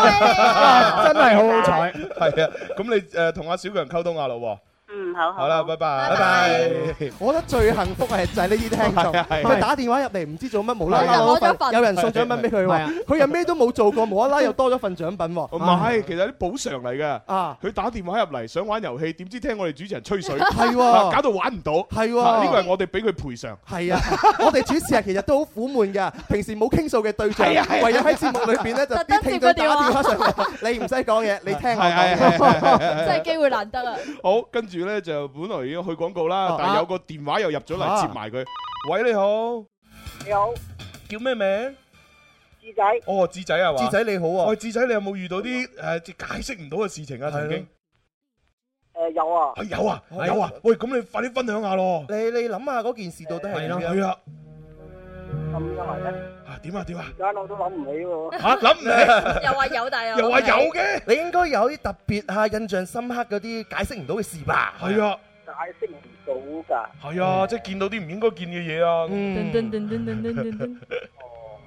S10: 真係好好彩。
S7: 係啊，咁你誒同阿小強溝通下咯
S13: 嗯，好
S7: 喎，好啦，拜拜，拜拜。
S8: 我覺得最幸福係就係呢啲聽眾，
S7: 係係
S8: 佢打電話入嚟唔知做乜，無啦啦
S2: 係啊攞咗份
S8: 有人送獎品俾佢
S10: 係啊
S8: 喎，佢又咩都冇做過，無啦啦又多咗份獎品
S7: 哦唔
S8: 喎。
S7: 係，其實啲補償嚟嘅。
S8: 啊，
S7: 佢打電話入嚟想玩遊戲，點知聽我哋主持人吹水，
S8: 係喎
S7: 啊搞到玩唔到，
S8: 係喎
S7: 啊呢個係我哋俾佢賠償。
S8: 係啊，我哋主持人其實都好苦悶㗎，平時冇傾訴嘅對象，
S7: 係啊係啊
S8: 唯有喺節目裏邊咧就
S2: 特
S8: 啲
S2: 登
S8: 聽
S2: 接
S8: 眾
S2: 個
S8: 打
S2: 電話
S8: 電話上嚟，你唔使講嘢，你聽我
S7: 係係係
S8: 講嘢。
S7: 係係 係
S2: 真係機會難得啊！
S7: 好，跟住咧就本來要去廣告
S8: 啊
S7: 啦，但係有個電話又入咗嚟
S8: 啊
S7: 接埋佢。喂，你好，
S13: 你好，
S7: 叫咩名？
S13: 志仔，
S7: 哦，志仔係嘛？
S8: 志，仔你好啊嗯
S7: 喂，，志仔，你有冇遇到啲誒解釋唔到嘅事情啊？曾經
S13: 诶有啊，
S7: 啊有啊
S8: 哦
S7: 有啊，喂，咁你快啲分享下咯。
S8: 你你諗下嗰件事到底係
S7: 係
S8: 點
S7: 啦，
S8: 樣？
S7: 係啊，
S13: 咁因為咧，
S8: À,
S7: 啊點啊點啊，
S13: 而家我都諗唔起喎，
S7: 嚇諗唔起，
S2: 又話有，但係
S7: 又
S8: à,
S7: 話有嘅，
S8: 你應該有啲特別啊、印象深刻嗰啲解釋唔到嘅事吧？
S7: 係啊。
S13: 解釋唔到㗎。
S7: 係啊，即係見到啲唔應該見嘅嘢啊，
S8: 嗯，
S13: 哦，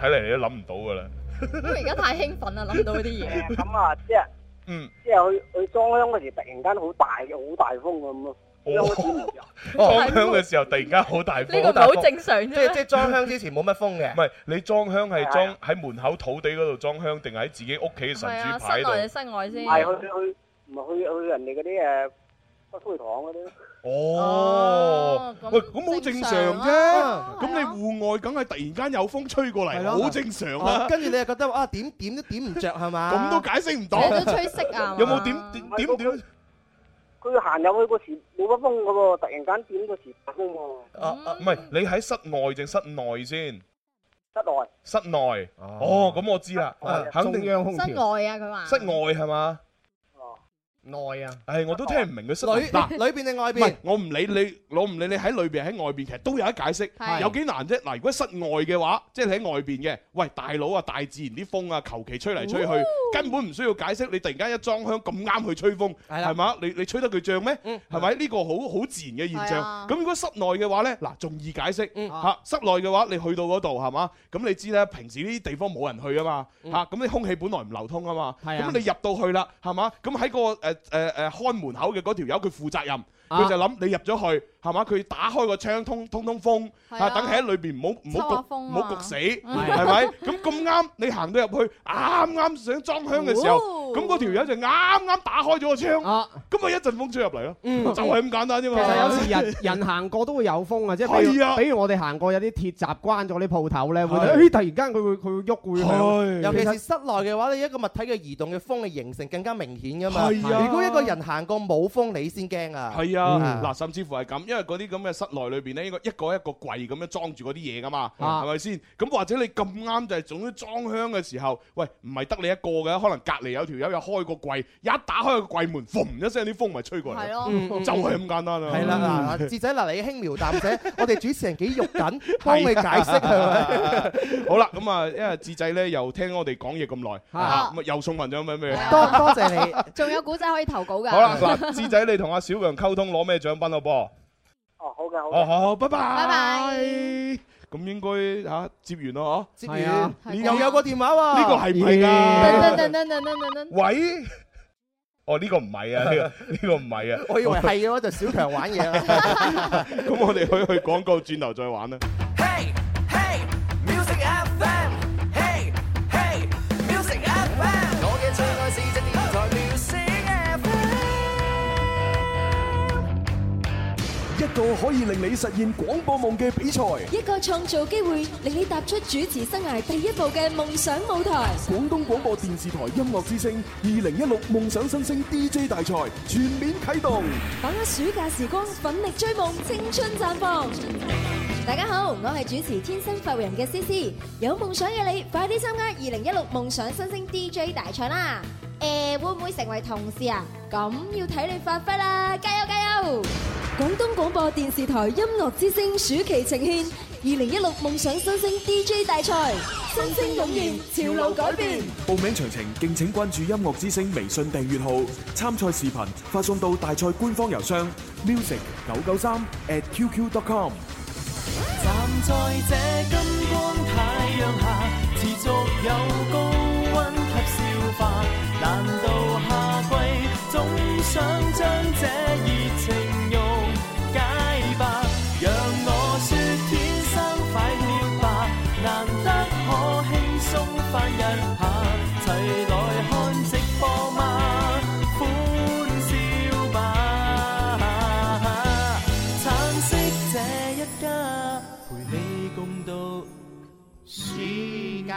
S7: 睇嚟你都諗唔到噶啦。
S2: 因為而家太興奮啦，諗到嗰啲 嘢。
S13: 誒咁啊，即係
S7: 嗯，
S13: 即係去去裝香嗰時，突然間好大好大風 咁咯，
S7: 我
S13: 開始唔着。
S8: 哦
S7: 裝香哦嘅時候突然間好大風，
S2: 呢個唔係好正常
S8: 即
S2: 啫
S8: 即裝香之前冇乜風嘅
S7: 唔。係你裝香係
S13: 係
S7: 裝喺門口土地嗰度裝香，定係喺自己屋企嘅神
S2: 係啊，
S7: 主
S2: 室
S7: 牌
S2: 內定
S7: 度？
S2: 室外先
S13: 唔？係去去唔係去去人哋嗰啲誒骨灰堂嗰啲，
S7: 哦
S2: 哦，咁
S7: 喂，咁好
S2: 正
S7: 正常啫
S2: 常
S8: 嗯
S2: 啊。
S7: 咁
S2: 係啊
S7: 你戶外梗係突然間有風吹過
S8: 係
S7: 嚟，
S8: 咯
S7: 好正常
S8: 哦
S7: 啊。
S8: 跟住你又覺得啊點點都點唔着係嘛？
S7: 咁都解釋唔到，
S2: 成日都吹色啊？
S7: 有冇點點點點？
S13: 佢行入去嗰時冇乜風㗎喎，突然間點嗰時打風喎，
S8: 啊啊
S7: 唔係你喺室外定室內先？
S13: 室內
S7: 室內哦，咁我知啦，啊肯
S10: 中
S7: 定
S10: 央空
S2: 室
S10: 調
S2: 外啊？佢話
S7: 室外係嘛？
S13: 哦，
S10: 內啊，
S7: 唉，我都聽唔明佢室
S8: 裏
S7: 內嗱。
S8: 裏邊定外
S7: 唔係
S8: 邊？，
S7: 我唔理你，我唔理你喺裏邊喺外邊，其實都有得解釋，
S2: 係
S7: 有幾難啫。嗱，如果室外嘅話，即係你喺外邊嘅，喂大佬啊，大自然啲風啊，求其吹嚟吹去，根本唔需要解釋。你突然間一裝香咁啱去吹風，
S8: 係啦
S7: 係嘛？你你吹得佢漲咩？
S8: 嗯
S7: 係咪？呢個好好自然嘅
S2: 係
S7: 現
S2: 啊
S7: 象。咁如果室內嘅話呢，嗱，仲易解釋
S8: 嗯
S7: 嚇。室內嘅話，你去到嗰度係嘛？咁你知啦，平時呢啲地方冇人去啊嘛嚇，咁你空氣本來唔流通啊嘛，
S10: 係啊
S7: 咁你入到去啦係嘛？咁喺個誒誒誒看門口嘅嗰條友，佢負責任。佢就諗你入咗去係嘛，佢打開個窗通通通風，
S14: 係
S7: 啊
S14: 啊
S7: 等佢喺裏邊唔好唔
S14: 抽下
S7: 好焗
S14: 風啊
S7: 唔好焗死，
S14: 嗯
S7: 係咪？咁咁啱你行到入去，啱啱想裝香嘅時候，
S14: 哦
S7: 咁嗰條友就啱啱打開咗個窗，咁咪一陣風吹入嚟咯，就係咁簡單啫嘛。
S10: 嗯其實有時人- 人行過都會有風啊，即係譬如-
S7: 係啊。
S10: 譬如我哋行過有啲鐵閘關咗啲鋪頭呢，會睇，
S8: 係。
S10: 咦，突然間佢會-佢會喐，會響。
S8: 尤其
S10: 其實
S8: 是室內嘅話咧，一個物體嘅移動嘅風嘅形成更加明顯噶嘛。
S7: 係啊
S8: 如果一個人行過冇風，你先驚啊。
S7: 係啊，
S8: 嗯
S7: 嗱，甚至乎係咁，因為嗰啲咁嘅室內裏邊咧，應該一個一個櫃咁樣裝住嗰啲嘢噶嘛，
S8: 啊
S7: 係咪先？咁或者你咁啱就係總之裝香嘅時候，喂，唔係得你一個嘅，可能隔離有條友又開個櫃，一打開個櫃門，嘣一聲啲風咪吹過嚟，
S8: 係咯嗯嗯
S7: 就係咁簡單啦。
S8: 係啦，嗱，
S7: 嗯
S8: 智仔嗱，你輕描淡 寫，我哋主持人幾肉緊，幫你解釋係 咪？
S7: 好啦，咁啊，因為智仔咧又聽我哋講嘢咁耐，
S8: 嚇
S7: 啊咁啊又送份獎品俾佢。
S8: 多多謝你。
S2: 仲有古仔可以投稿㗎。
S7: 好啦，嗱，智仔你同阿小強溝通攞咩獎品好噃？
S13: 哦，好嘅，好
S7: 哦，
S13: 嘅。
S7: 好，拜拜。
S13: 拜拜。
S7: 咁應該嚇接完咯，哦嗬？
S8: 接
S13: 完係啊
S8: 又有個電話喎。
S7: 呢個係唔係
S2: 噔
S7: 㗎？
S2: 噔噔噔噔噔噔。
S7: 喂？哦，呢個唔係啊，呢個呢個唔係啊。
S8: 我以為係嘅話，就小強玩嘢啊 啦。
S7: 咁我哋去去廣告，轉頭再玩啦。
S6: Music FM，嘿嘿，Music FM，我嘅最愛是只電台 Music FM。
S15: 一個可以令你實現廣播夢嘅比賽，
S16: 一個創造機會，令你踏出主持生涯第一步嘅夢想舞台。
S15: 廣東廣播電視台音樂之聲二零一六夢想新星 DJ 大賽全面啟動。
S16: 把握暑假時光，奮力追夢，青春綻放。大家好，我係主持天生發人嘅 C C，有夢想嘅你，快啲參加二零一六夢想新星 DJ 大賽啦！誒、會唔會成為同事啊？咁要睇你發揮啦，加油加油！廣東廣播電視台音樂之聲暑期呈現二零一六夢想新星 DJ 大賽，新星湧現，潮流改變。
S4: 報名詳情敬請關注音樂之聲微信訂閱號，參賽視頻發送到大賽官方郵箱 music 九九三 at qq.com。
S6: 站在這金光太陽下，持續有高温及消化。難道夏季總想將這熱情溶解吧？讓我説天生快活吧，難得可輕鬆翻一下，齊來看直播嗎？歡笑吧！橙色這一家，陪你共度暑假。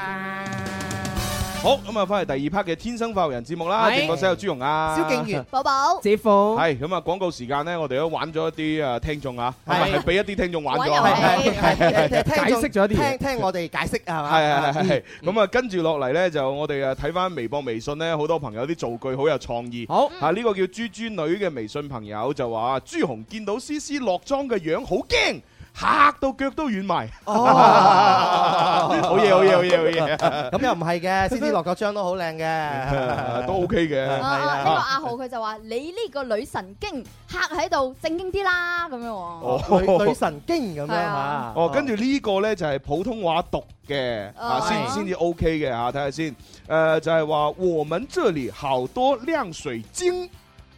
S7: 好，咁啊，翻嚟第二 part 嘅《天生化學人》節目啦，
S6: 係
S7: 直播室有朱容啊，
S6: 蕭敬 元
S2: 寶寶，
S10: 姐夫
S7: 係咁啊！廣告時間咧，我哋都玩咗一啲誒聽眾啊，唔
S8: 係
S7: 係係俾一啲聽眾玩咗，啊
S8: 玩遊戲
S7: 係係
S8: 聽眾聽聽我哋解釋係嘛？
S7: 係係係係，咁啊跟住落嚟咧，就我哋啊睇翻微博、微信咧，好多朋友啲造句好有創意。
S10: 好
S7: 啊，呢個叫豬豬女嘅微信朋友就話：朱紅見到思思落妝嘅樣，好驚。嚇到腳都軟埋，
S8: 哦
S7: 好嘢好嘢好嘢好嘢，
S8: 咁又唔係嘅，C C 落個章都好靚嘅，
S7: 都 OK 嘅。
S2: 啊啊！呢個阿浩佢就話：你呢個女神經嚇喺度，正經啲啦咁樣喎。
S8: 女女神經咁樣
S2: 係
S8: 嚇
S2: 啊。
S7: 哦，跟住呢個呢，就係普通話讀嘅，啊
S2: 哦
S7: 先
S2: 係
S7: 先至 OK 嘅啊嚇，睇下先。誒就係話，我們這裡好多亮水晶，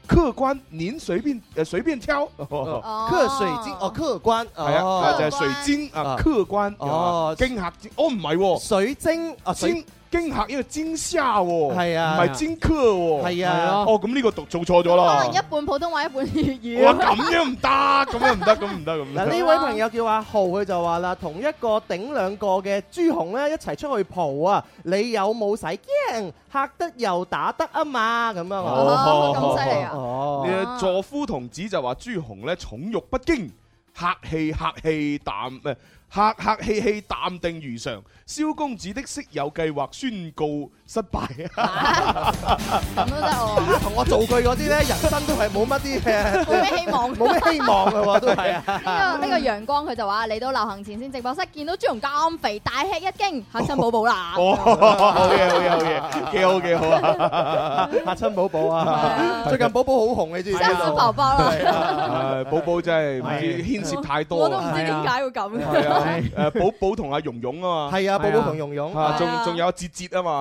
S7: 客官您隨便誒隨便挑。
S8: 客水晶哦，客官
S7: 係啊
S8: 哦
S7: 啊，就係水晶啊，客官
S8: 哦
S7: 哦，驚嚇之哦唔係喎，
S8: 水晶啊水
S7: 驚驚嚇，因為驚嚇喎，
S8: 係
S7: 哦唔
S8: 啊
S7: 係驚客喎，
S8: 係啊
S7: 哦咁呢個讀做錯咗
S2: 可
S7: 啦
S2: 能，一半普通話，一半粵語。
S7: 哇哦咁樣唔得，咁樣唔得，咁唔得，咁唔
S8: 嗱
S7: 得
S8: 呢位朋友叫阿豪，佢就話啦，同一個頂兩個嘅朱紅咧一齊出去蒲啊，你有冇使驚？嚇得又打得啊嘛，咁樣啊
S7: 哦，
S8: 哦
S7: 呢個助夫童子就話朱紅咧寵辱不驚，客氣客氣淡誒。客客氣氣淡定如常，蕭公子的色友計劃宣告失 敗。
S2: 咁都得喎，
S8: 啊同我造句嗰啲咧，人生都係冇乜啲嘅，
S2: 冇咩希望
S8: 冇咩希望嘅喎，都係
S2: 呢
S8: 啊。
S2: 個呢個陽光佢就話嚟到流行前線直播室，見到朱紅咁肥，大吃一驚，嚇親寶寶 啦。
S7: 哦， 好嘢好嘢好嘢，幾好幾好 啊！
S8: 嚇親寶 寶啊！最 近寶寶好紅，你知唔知
S2: 嚇
S8: 道？
S2: 親寶寶啦，
S7: 唉寶寶真係唔知牽涉太多啊，
S2: 我都唔知點解會咁。
S7: 啊，誒寶寶同阿蓉蓉啊嘛，
S8: 係啊寶寶同蓉蓉
S7: 啊
S8: 係啊
S7: 仲仲有阿哲哲啊嘛，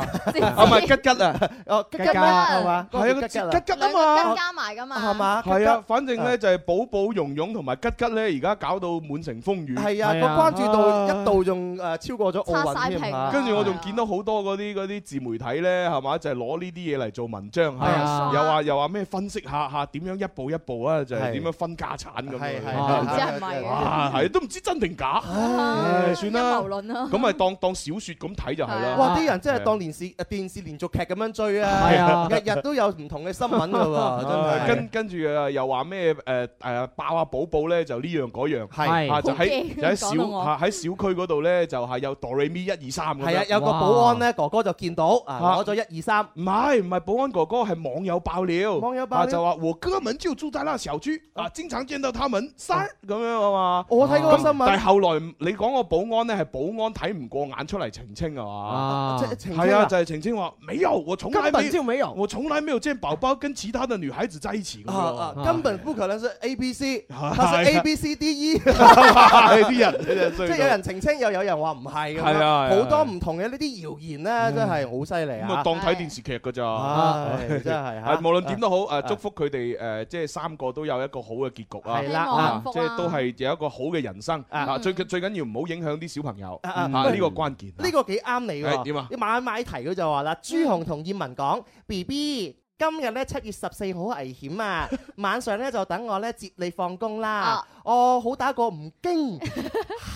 S7: 啊唔係吉吉啊，
S8: 哦吉吉
S7: 啊
S8: 係嘛
S7: 係啊
S8: 吉吉啊
S7: 吉吉啊
S6: 兩個
S7: 嘛
S6: 吉。加埋噶嘛，
S8: 係嘛
S7: 係啊，反正咧就係寶寶、蓉蓉同埋吉吉咧，而家搞到滿城風雨。
S8: 係啊，個關注度一度仲誒超過咗奧運添啊
S7: 跟住我仲見到好多嗰啲嗰啲自媒體咧，係嘛，就係攞呢啲嘢嚟做文章
S8: 係啊
S7: 嚇，又話又話咩分析下下點樣一步一步啊，就係點樣分家產咁樣。
S8: 係係
S7: 啊
S8: 唔知係咪嘅
S7: 哇係都唔知真定假。唉，算啦，
S8: 陰謀論啊
S7: 咁咪當當小説咁睇就係啦。
S8: 哇！啲人真係
S7: 係啊
S8: 當電視誒電視連續劇咁樣追
S7: 係啊
S8: 啊，日日都有唔同嘅新聞噶 喎，真係。
S7: 跟跟住啊，又話咩誒誒爆下寶寶咧，就呢樣嗰樣，
S8: 係
S7: 啊就喺
S8: 好驚
S7: 就喺
S8: 講到
S7: 小
S8: 我
S7: 嚇喺小區嗰度咧，就係有 DoReMi 一二三咁樣。
S8: 係啊，有個保安咧，哥哥就見到啊，
S7: 啊
S8: 攞咗一二三。
S7: 唔係唔係，保安哥哥係網友爆料，網友
S8: 爆料
S7: 就話和哥們就住在那小區啊，經常見到他們三咁樣啊嘛。
S8: 我睇過個新聞
S7: 咁但係後來你講個保安咧，係保安睇唔過眼出嚟澄清啊嘛
S8: 啊即係澄清啊
S7: 係啊，就係澄清話沒有，我從來
S8: 根本就
S7: 沒有，我從來沒有見寶寶跟其他的女孩子在一起過。
S8: 啊啊，根本不可 能是 A B C，
S7: 哦係啊
S8: 它是 A B C D E。
S7: 係啊啲人真係
S8: 即
S7: 衰
S8: 係有人澄清，又有人話唔係咁樣
S7: 係啊係啊嗯
S8: 好多唔同嘅呢啲謠言咧，真係好犀利
S7: 咁啊
S8: 啊！
S7: 當睇電視劇㗎咋，
S8: 唉真係嚇
S7: 啊無論點都好，
S8: 啊
S7: 誒祝福佢哋誒，即係三個都有一個好嘅結局啊，
S8: 係啦希望
S7: 啊
S8: 幸福啊
S7: 即係都係有一個好嘅人生啊，
S8: 嗯
S7: 最最緊要唔好影響啲小朋友
S8: 啊啊
S7: 啊，呢
S8: 喂
S7: 個關鍵。
S8: 呢個幾啱你
S7: 係
S8: 喎。
S7: 點啊嗯
S8: 你晚晚提佢就話啦，朱紅同葉文講：B B，今日咧七月十四好危險 啊！晚上咧就等我咧接你放工啦。我好打過唔驚，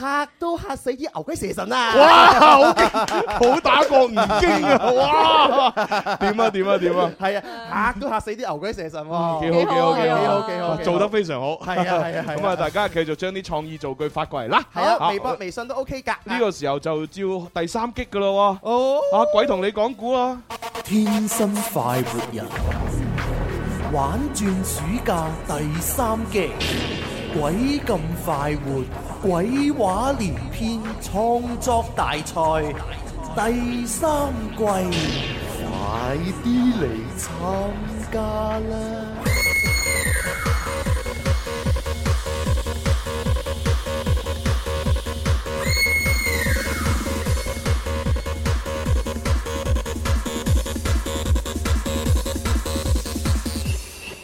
S8: 嚇都嚇死啲牛鬼蛇神啊！
S7: 哇！好驚好打過唔驚啊！哇！點啊點啊點啊！嗯
S8: 係啊，嚇都嚇死啲牛鬼蛇神喎！
S7: 幾好幾好啊
S8: 幾
S7: 幾
S8: 好
S7: 好
S8: 幾好，
S7: 做得非常好。
S8: 係啊係啊係啊
S7: 咁啊，大家繼續將啲創意造句發過嚟啦。
S8: 係啊，
S7: 啊
S8: 微博、微信都 OK 㗎。
S7: 呢個時候就照第三擊噶咯喎。
S8: 哦，
S7: 阿鬼同你講估啊！
S17: 天生快活人，玩轉暑假第三季，鬼咁快活，鬼話連篇創作大賽第三季，快啲嚟參加啦！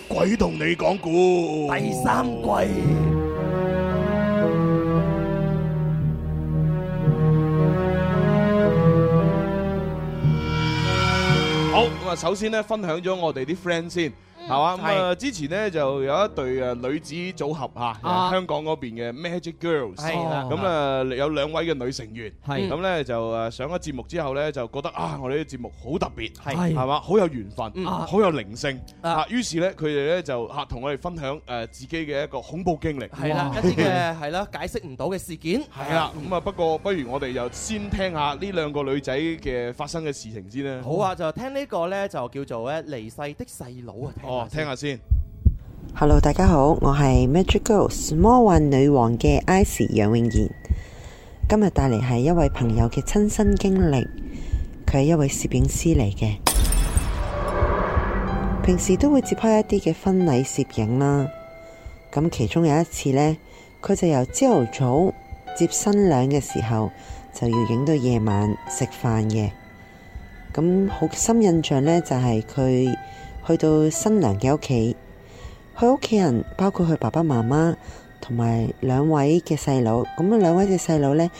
S7: 鬼同你講故
S17: 第三季。
S7: 好咁啊，首先咧分享咗我哋啲 friend 先。係嘛咁啊！之前咧就有一隊誒女子組合嚇，
S8: 啊
S7: 香港嗰邊嘅 Magic Girls，
S8: 係啦
S7: 咁啊有兩位嘅女成員，
S8: 係
S7: 咁咧就誒上咗節目之後咧就覺得啊，我哋啲節目好特別，
S8: 係
S7: 係嘛，好有緣分，
S8: 嗯啊
S7: 好有靈性啊！於是咧佢哋咧就嚇同我哋分享誒自己嘅一個恐怖經歷，
S8: 係啦，一啲 嘅係啦，解釋唔到嘅事件
S7: 係啦，咁啊，不過不如我哋又先聽下呢兩個女仔嘅發生嘅事情先啦。
S8: 好啊，，就聽呢個咧就叫做咧離世的細佬啊，聽
S7: 哦，聽下先。
S18: Hello，大家好，我係 Magic Girls 魔幻女王嘅 Ice 楊永賢，今日帶嚟係一位朋友嘅親身經歷，佢係一位攝影師嚟嘅，平時都會接開一啲嘅婚禮攝影啦。咁其中有一次呢，佢就由朝頭早接新娘嘅時候，就要影到夜晚食飯嘅。咁好深印象呢，就係佢去到新娘嘅屋企。佢屋企人包括佢爸爸媽媽同埋兩位嘅細佬，咁啊兩位嘅細佬呢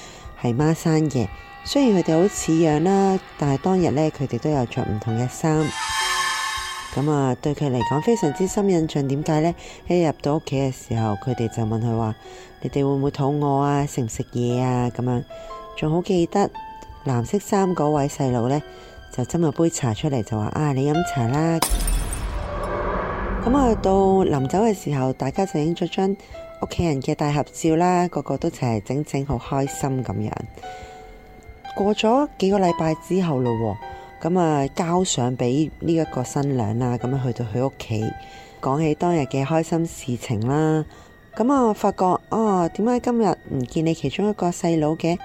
S18: 係孖生嘅，雖然佢哋好似樣啦，但係當日呢，佢哋都有着唔同嘅衫，咁啊對佢嚟講非常之深印象。點解呢？一入到屋企嘅時候，佢哋就問佢話：你哋會唔會肚餓啊？食唔食嘢啊？咁樣，仲好記得藍色衫嗰位細佬呢，就斟咗杯茶出嚟就話：啊，你飲茶啦！咁啊，到臨走嘅時候，大家就影咗張屋企人嘅大合照啦，個個都齊齊整整，好開心咁樣。過咗幾個禮拜之後咯喎，咁啊交相俾呢一個新娘啦，咁啊去到佢屋企，講起當日嘅開心事情啦。咁啊，我發覺啊，點解今日唔見你其中一個細佬嘅？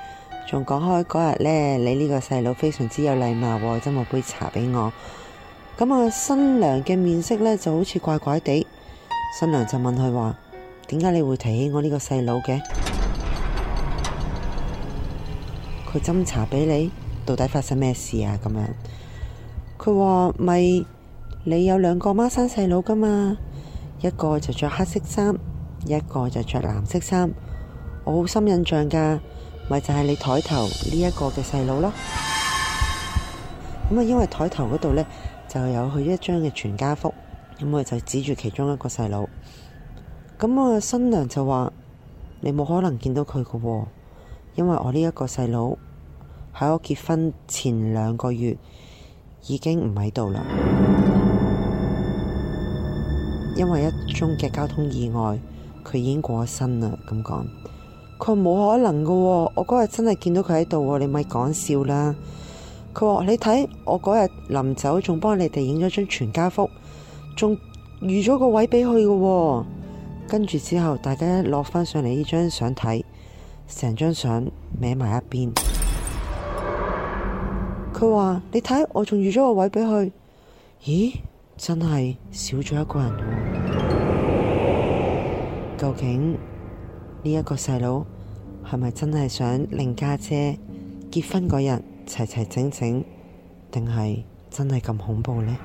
S18: 仲講開嗰日呢，你呢個細佬非常之有禮貌喎，斟咗杯茶俾我。咁啊，新娘嘅面色呢就好似怪怪地。新娘就問佢話：點解你會提起我呢個細佬嘅？佢斟茶俾你，到底發生咩事啊？咁樣，佢話咪你有兩個孖生細佬噶嘛，一個就着黑色衫，一個就着藍色衫。我好深印象㗎，咪就係你枱頭呢一個嘅細佬咯。咁啊，因為枱頭嗰度呢，就有佢一張嘅全家福，咁佢就指住其中一個細佬。咁啊，新娘就話：你冇可能見到佢㗎喎，因為我呢一個細佬喺我結婚前兩個月已經唔喺度啦，因為一宗嘅交通意外，佢已經過咗身啦。咁講，佢話冇可能㗎喎，我嗰日真係見到佢喺度喎，你咪講笑啦。佢話：你睇我嗰日臨走仲幫你哋影咗張全家福，仲預咗個位俾佢嘅喎。跟住之後，大家一攞翻上嚟呢張相睇，成張相歪埋一邊。佢話：你睇我仲預咗個位俾佢。咦，真係少咗一個人喎。究竟呢一個細佬係咪真係想令家姐結婚嗰日？齊齊整整，定係真係咁恐怖呢？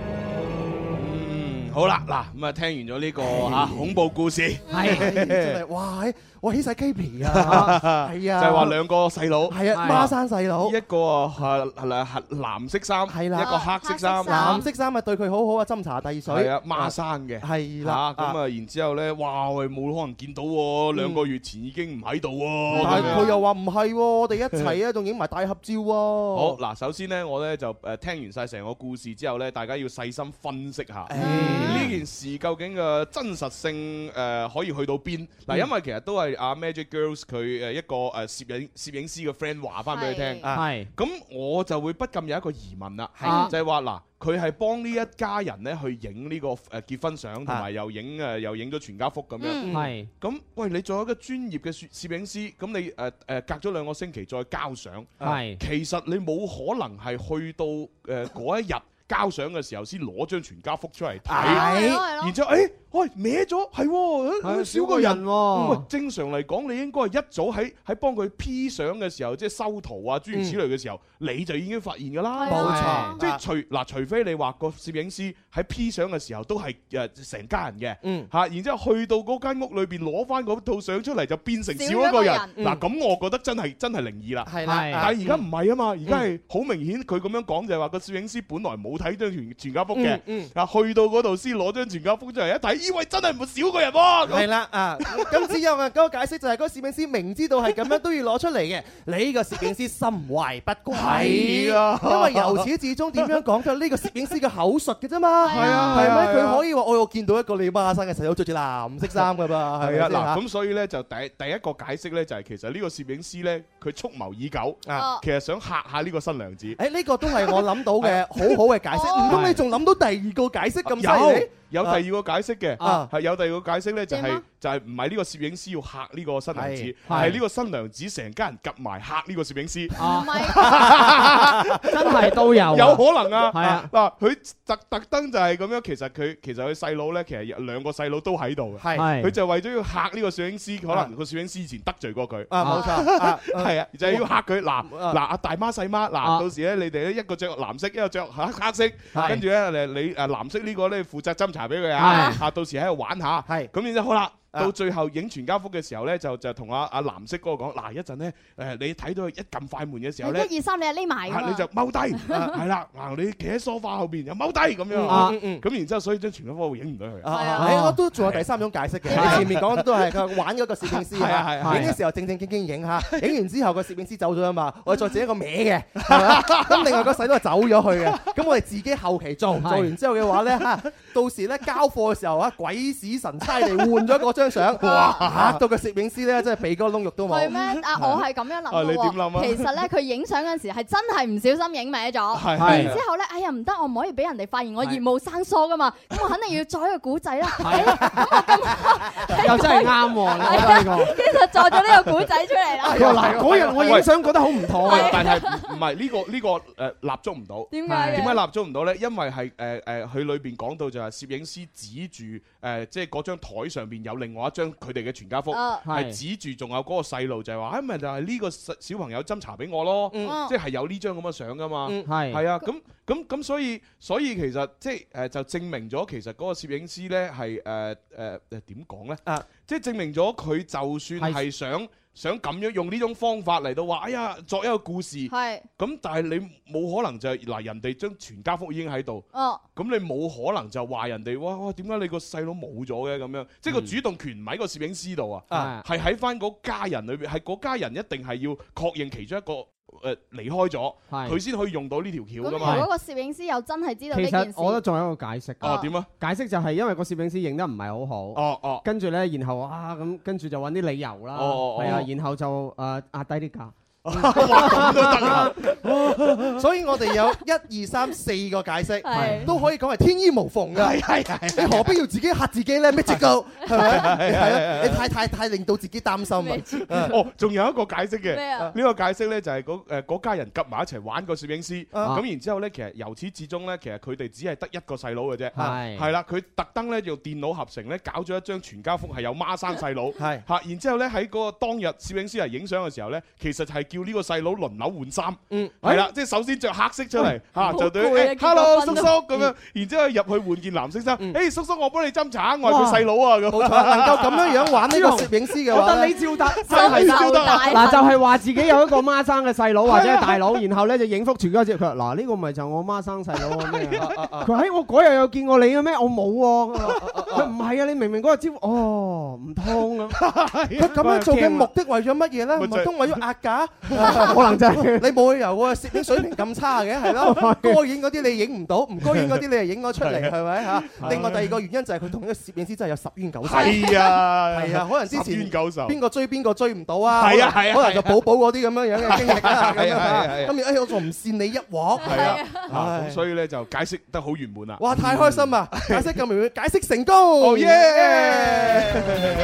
S7: 嗯，好啦，嗱咁啊，聽完咗呢個吓恐怖故事，
S8: 係真係，哇！我起晒雞皮啊，係啊，
S7: 就係話兩個細佬，
S8: 係啊孖生細佬，
S7: 一個係係係藍色衫，係
S8: 啦
S7: 一個黑色衫，
S8: 藍色衫啊對佢好好啊，斟茶遞水，
S7: 係啊孖生嘅，
S8: 係
S7: 嚇
S8: 啦，
S7: 咁啊，然之後咧，哇，我哋冇可能見到喎，兩個月前已經唔喺度喎，
S8: 但係
S7: 咁樣
S8: 佢又話唔係喎，我哋一齊啊，仲影埋大合照喎。
S7: 好嗱，首先呢，我呢就誒聽完晒成個故事之後呢，大家要細心分析下呢件事究竟嘅真實性誒可以去到邊嗱，
S8: 嗯
S7: 因為其實都係阿 Magic Girls 佢誒一個誒攝影攝影師嘅 friend 話翻俾佢聽，
S8: 係係啊
S7: 咁我就會不禁有一個疑問啦
S8: 係，
S7: 就係話嗱。佢係幫呢一家人咧去影呢個誒呃結婚相，同埋又影誒又影咗全家福咁樣。
S8: 啊嗯係
S7: 咁，喂，你作為一個專業嘅攝攝影師，咁你誒誒隔咗兩個星期再交相，啊
S6: 係
S7: 其實你冇可能係去到誒嗰、一日交相嘅時候先攞張全家福出嚟睇，
S6: 係係咯
S7: 然之後誒，哎喂歪咗，係喎
S6: 係
S7: 誒，少個
S6: 少個
S7: 人
S6: 人喎
S7: 喂，正常嚟講，你應該係一早喺喺幫佢 P 相嘅時候，即係修圖啊諸如此類嘅時候，你就已經發現㗎啦，
S8: 嗯冇錯
S7: 即係啊除嗱，除非你話個攝影師喺 P 相嘅時候都係誒成家人嘅，
S8: 嗯
S7: 嚇，然之後去到嗰間屋裏邊攞翻嗰套相出嚟，就變成
S8: 少
S7: 少一
S8: 一
S7: 個
S8: 個
S7: 人
S8: 人。
S7: 嗱，
S8: 嗯
S7: 咁我覺得真係真係靈異啦。
S8: 係啦係
S7: 但係而家唔係啊嘛，而家係
S8: 嗯
S7: 好明顯，佢咁樣講就係話個攝影師本來冇睇張全全家福嘅
S8: 嗯嗯，
S7: 啊，去到嗰度先攞張全家福出嚟一睇，咦喂，真係冇少個人喎。咁
S8: 係啦啊！咁只有啊，嗰個解釋就係嗰個攝影師明知道係咁樣都要攞出嚟嘅，你呢個攝影師心懷不軌，
S7: 係啊
S8: 因為由始至終點樣講都係呢個攝影師嘅口述嘅啫嘛，係
S7: 啊
S8: 係
S7: 係啊
S8: 咪？佢可以話我又見到一個你孖生嘅細佬着住藍色衫㗎噃，係咪
S7: 係啊，
S8: 先嚇
S7: 嗱，咁所以咧就第第一個解釋咧就係其實呢個攝影師咧佢蓄謀已久，
S8: 啊
S7: 其實想嚇下呢個新娘子。
S8: 誒呢個都係我諗到 嘅好好嘅解釋，唔通你仲諗到第二個解釋咁犀
S7: 有
S8: 利？
S7: 哦啊有第二個解釋嘅，
S8: 啊
S7: 係有第二個解釋咧，就
S8: 點
S7: 係
S8: 啊
S7: 就係唔係呢個攝影師要嚇呢個新娘子
S8: 係，
S7: 係
S8: 係
S7: 呢個新娘子成家人夾埋嚇呢個攝影師。
S6: 啊
S7: 真
S6: 係都有啊
S7: 有可能啊！
S6: 係啊
S7: 嗱，佢特特登就係咁樣，其實佢其實佢細佬咧，其實有兩個細佬都喺度嘅，
S8: 係係
S7: 佢就為咗要嚇呢個攝影師，可能個攝影師以前得罪過佢，
S8: 啊冇錯啊啊
S7: 係啊，就係要嚇佢嗱
S8: 啊
S7: 嗱阿大媽細媽嗱，
S8: 啊
S7: 到時咧你哋咧一個着藍色，一個着黑黑色，
S8: 係
S7: 跟住咧你你誒藍色呢個咧負責斟茶俾佢啊，
S8: 係
S7: 啊到時喺度玩下，
S8: 係
S7: 咁然之後好啦。
S8: 啊
S7: 到最後影全家福嘅時候咧，就就同阿阿藍色嗰個講，嗱一陣咧，誒你睇到佢一撳快門嘅時候咧，
S2: 一二三，你係匿埋㗎
S7: 啊
S2: 嘛
S7: 你就踎低， 係啦，嗱你企喺梳化後邊就踎低咁樣
S8: 嗯
S7: 啊
S8: 嗯嗯，
S7: 咁然之後所以張全家福會影唔到佢。
S8: 誒，啊我都仲有第三種解 釋嘅。你前面講都係佢玩嗰個攝影師
S7: 啊係啊係啊
S8: 影嘅時候正正經經 影嚇，影完之後個攝影師走咗啊嘛，我哋再整一個歪嘅，係嘛？咁另外個細佬係走咗去嘅，咁我哋自己後期做，做完之後嘅話 咧嚇，到時咧交貨嘅時候啊，鬼使神差嚟換咗嗰張相，
S2: 哇
S8: 嚇到個攝影師咧真係鼻哥窿肉都冇。
S2: 係咩？ 啊，我係咁樣諗
S8: 啊你
S2: 嘅
S8: 點諗啊
S2: 喎。其實咧，佢影相嗰陣時係真係唔小心影歪
S8: 係
S2: 咗，
S8: 係
S2: 然之後咧，哎呀唔得，我唔可以俾人哋發現我業務生疏噶嘛，咁我肯定要做一個古仔啦。哎
S10: 又真 係啱喎，你覺得呢個？
S2: 啊跟住就做咗呢個古仔出嚟
S7: 哎
S2: 啦。
S10: 佢話嗱，嗰日我影相覺得好唔妥
S7: 喂
S10: 啊，
S7: 但係唔係呢個呢個誒立足唔到？
S2: 點解嘅
S7: 點解立足唔到咧？呃呃因為係誒誒，佢裏邊講到就係攝影師指住誒，即係嗰張台上邊有另另外一張佢哋嘅全家福，
S16: 哦
S7: 係指住仲有嗰個細路，就係話啊，咪就係呢個細小朋友斟茶俾我咯
S16: 嗯哦，
S7: 即係有呢張咁嘅相噶嘛，
S10: 嗯係
S7: 係啊，咁咁咁，所以所以其實即係誒就證明咗其實嗰個攝影師咧係誒誒誒點講咧
S8: 啊，
S7: 即係證明咗佢就算係想。想咁樣用呢種方法嚟到話，哎呀，作一個故事，
S2: 係
S7: 咁，但係你冇可能就係嗱，人哋將全家福已經喺度，
S2: 哦，
S7: 咁你冇可能就話人哋哇哇點解你個細佬冇咗嘅咁樣？即係個主動權唔喺個攝影師度啊
S10: 嗯啊，
S7: 係喺翻嗰家人裏邊，係嗰家人一定係要確認其中一個誒、呃、離開咗，
S10: 係
S7: 佢先可以用到呢條橋
S2: 咁
S7: 噶
S2: 如
S7: 嘛。
S2: 果個攝影師又真係知道
S10: 其
S2: 呢件
S10: 實
S2: 事，
S10: 我覺得仲有一個解釋。
S7: 哦點啊？
S10: 解釋就係因為個攝影師影得唔係好好。
S7: 哦哦。
S10: 跟住咧，然後啊咁，跟住就揾啲理由啦。
S7: 哦哦哦
S10: 係啊，然後就誒壓低啲 價。
S7: 啊
S8: 所以我哋有一二三四個解釋，
S10: 係
S8: 都可以講係天衣無縫
S7: 係
S8: 㗎。
S7: 係係
S8: 你何必要自己嚇自己咧？咩知道係咪？
S7: 係係係
S8: 係啊，
S7: 係
S8: 你太太太令到自己擔心啊！
S7: 哦，仲有一個解釋嘅，
S8: 咩啊
S7: 呢個解釋呢，就係嗰誒嗰家人夾埋一齊玩個攝影師，
S8: 啊
S7: 咁然之後呢，其實由始至終呢，其實佢哋只係得一個細佬嘅啫，
S10: 係
S7: 係啦，佢特登呢，用電腦合成呢，搞咗一張全家福係有孖生細佬，
S8: 係
S7: 嚇，然之後呢，喺嗰個當日攝影師嚟影相嘅時候呢，其實係叫呢個細佬輪流換衫，
S8: 嗯
S7: 係啦，即係首先着黑色出嚟
S8: 嗯
S7: 嚇，
S8: 好
S7: 就對
S8: 攰啊
S7: 誒
S8: 見到
S7: hello
S8: 分嗯
S7: 叔
S8: 都
S7: 叔咁樣，然之後入去換件藍色衫，誒叔叔我幫你斟茶，我係佢
S8: 哇
S7: 細佬啊咁，
S8: 冇錯，能夠咁樣樣 玩呢個攝影師嘅話
S10: 我
S8: 呢，
S10: 覺
S7: 啊
S10: 得你 照得
S8: 真係照得啊
S10: 嗱，就係話自己有一個孖生嘅細佬或者
S7: 啊
S10: 係大佬，然後咧就影幅全家之後，佢話嗱呢個咪就我孖生細佬啊咩啊？佢話喺我嗰日有見過你嘅咩？我冇喎。佢唔係啊，你明明嗰日招哦唔通咁。啊
S8: 佢咁樣做嘅目的為咗乜嘢咧？
S10: 咪就係
S8: 唔通為咗壓價？
S10: 可能真係
S8: 你冇理由喎，攝影水平咁差嘅 係咯，該影嗰啲你影唔到，唔該影嗰啲你係影咗出嚟
S10: 係
S8: 係咪
S10: 係
S8: 嚇？另外第二個原因就係佢同呢個攝影師真係有十冤九仇。
S10: 係啊
S8: 係啊，可能之
S10: 十
S8: 前
S10: 冤九仇
S8: 邊個追邊個追唔到啊？
S10: 係啊
S8: 可能
S10: 係啊
S8: 可能就寶寶嗰啲咁樣樣嘅經歷啦，咁
S7: 係啊係
S8: 樣
S7: 啊
S8: 啊
S7: 係啊
S8: 咁而哎我仲唔扇你一鑊
S7: 係啊，啊
S8: 唉
S7: 咁所以呢，就解釋得好圓滿啦。
S8: 哇！太開心啊！解釋咁明，解釋成功。
S7: 哦耶！
S8: 啊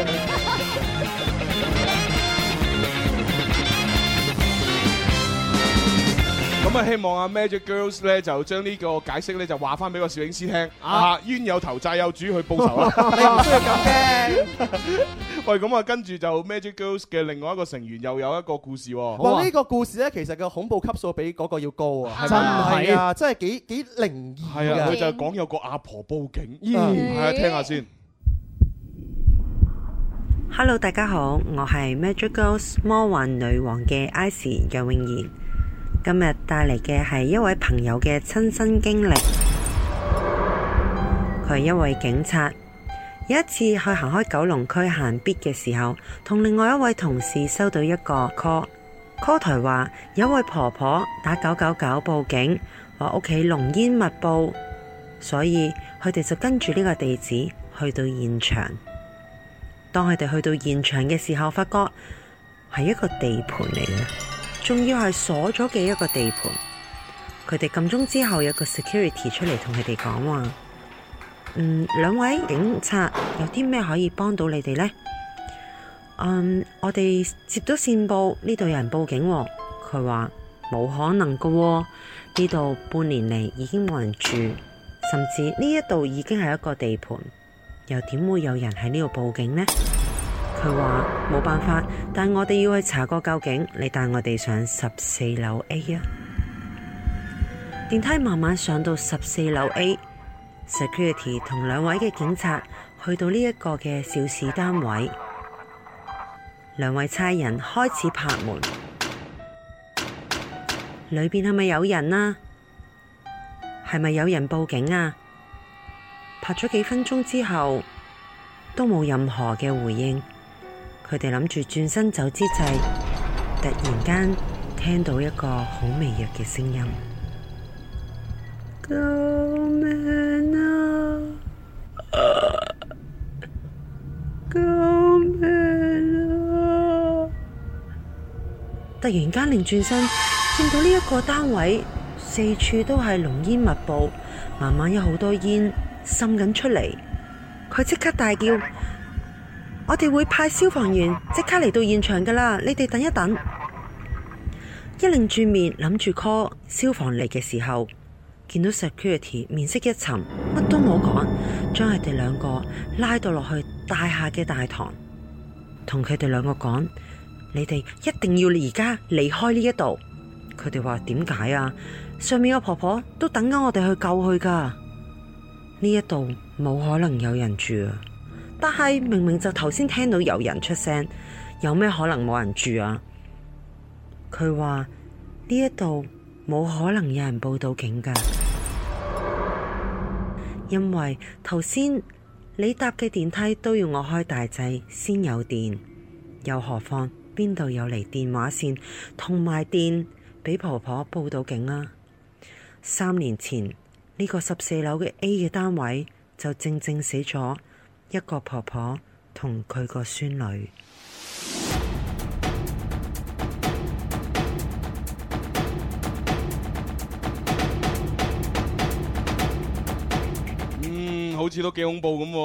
S7: 咁啊，希望阿 Magic Girls 咧就將呢個解釋咧就話翻俾個攝影師聽，啊冤有頭債有主去報仇啦，啊
S8: 你唔需要咁驚。
S7: 喂，咁啊，跟住就 Magic Girls 嘅另外一個成員又有一個故事喎。
S8: 哇！呢個故事咧，其實個恐怖級數比嗰個要高啊，
S7: 係咪
S8: 係啊，真係幾幾靈異
S7: 係啊，
S8: 㗎
S7: 佢就講有個阿婆報警，
S8: 咦
S7: 係啊，聽下先。
S18: Hello，大家好，我係 Magic Girls 魔幻女王嘅 Icy 楊永賢，今日帶嚟嘅係一位朋友嘅親身經歷。佢係一位警察，有一次去行開九龍區行必嘅時候，同另外一位同事收到一個 call，call 台話有位婆婆打九九九報警，話屋企濃煙密布，所以佢哋就跟住呢個地址去到現場。當佢哋去到現場嘅時候，發覺係一個地盤嚟嘅，仲要係鎖咗嘅一個地盤。佢哋撳鐘之後，有個 security 出嚟同佢哋講話：嗯，兩位警察有啲咩可以幫到你哋呢？嗯，我哋接到線報，呢度有人報警喎、佢話冇可能噶、喎，呢度半年嚟已經冇人住，甚至呢一度已經係一個地盤。又點會有人喺呢度報警呢？佢話冇辦法，但我哋要去查個究竟。你帶我哋上十四樓 A 啊！電梯慢慢上到十四樓 A，security 同兩位嘅警察去到呢一個嘅肇事單位，兩位差人開始拍門，裏邊係咪有人啊？係咪有人報警啊？拍咗幾分鐘之後，都冇任何嘅回應。佢哋諗住轉身走之際，突然間聽到一個好微弱嘅聲音：救命啊！救命啊！突然間擰轉身，見到呢一個單位四處都係濃煙密布，慢慢有好多煙滲緊出嚟。佢即刻大叫：我哋會派消防員即刻嚟到現場噶啦！你哋等一等。一擰住面諗住 call 消防嚟嘅時候，見到 security 面色一沉，乜都冇講，將佢哋兩個拉到落去大廈嘅大堂，同佢哋兩個講：你哋一定要而家離開呢一度。佢哋話點解啊？上面個婆婆都等緊我哋去救佢噶。呢一度冇可能有人住啊！但係明明就頭先聽到有人出聲，有咩可能冇人住啊？佢話呢一度冇可能有人報到警噶，因為頭先你搭嘅電梯都要我開大掣先有電，又何況邊度有嚟電話線同埋電俾婆婆報到警啊？三年前呢個十四樓嘅 A 嘅單位就正正死咗一個婆婆同佢個孫女。
S7: 嗯，好似都幾恐怖咁喎。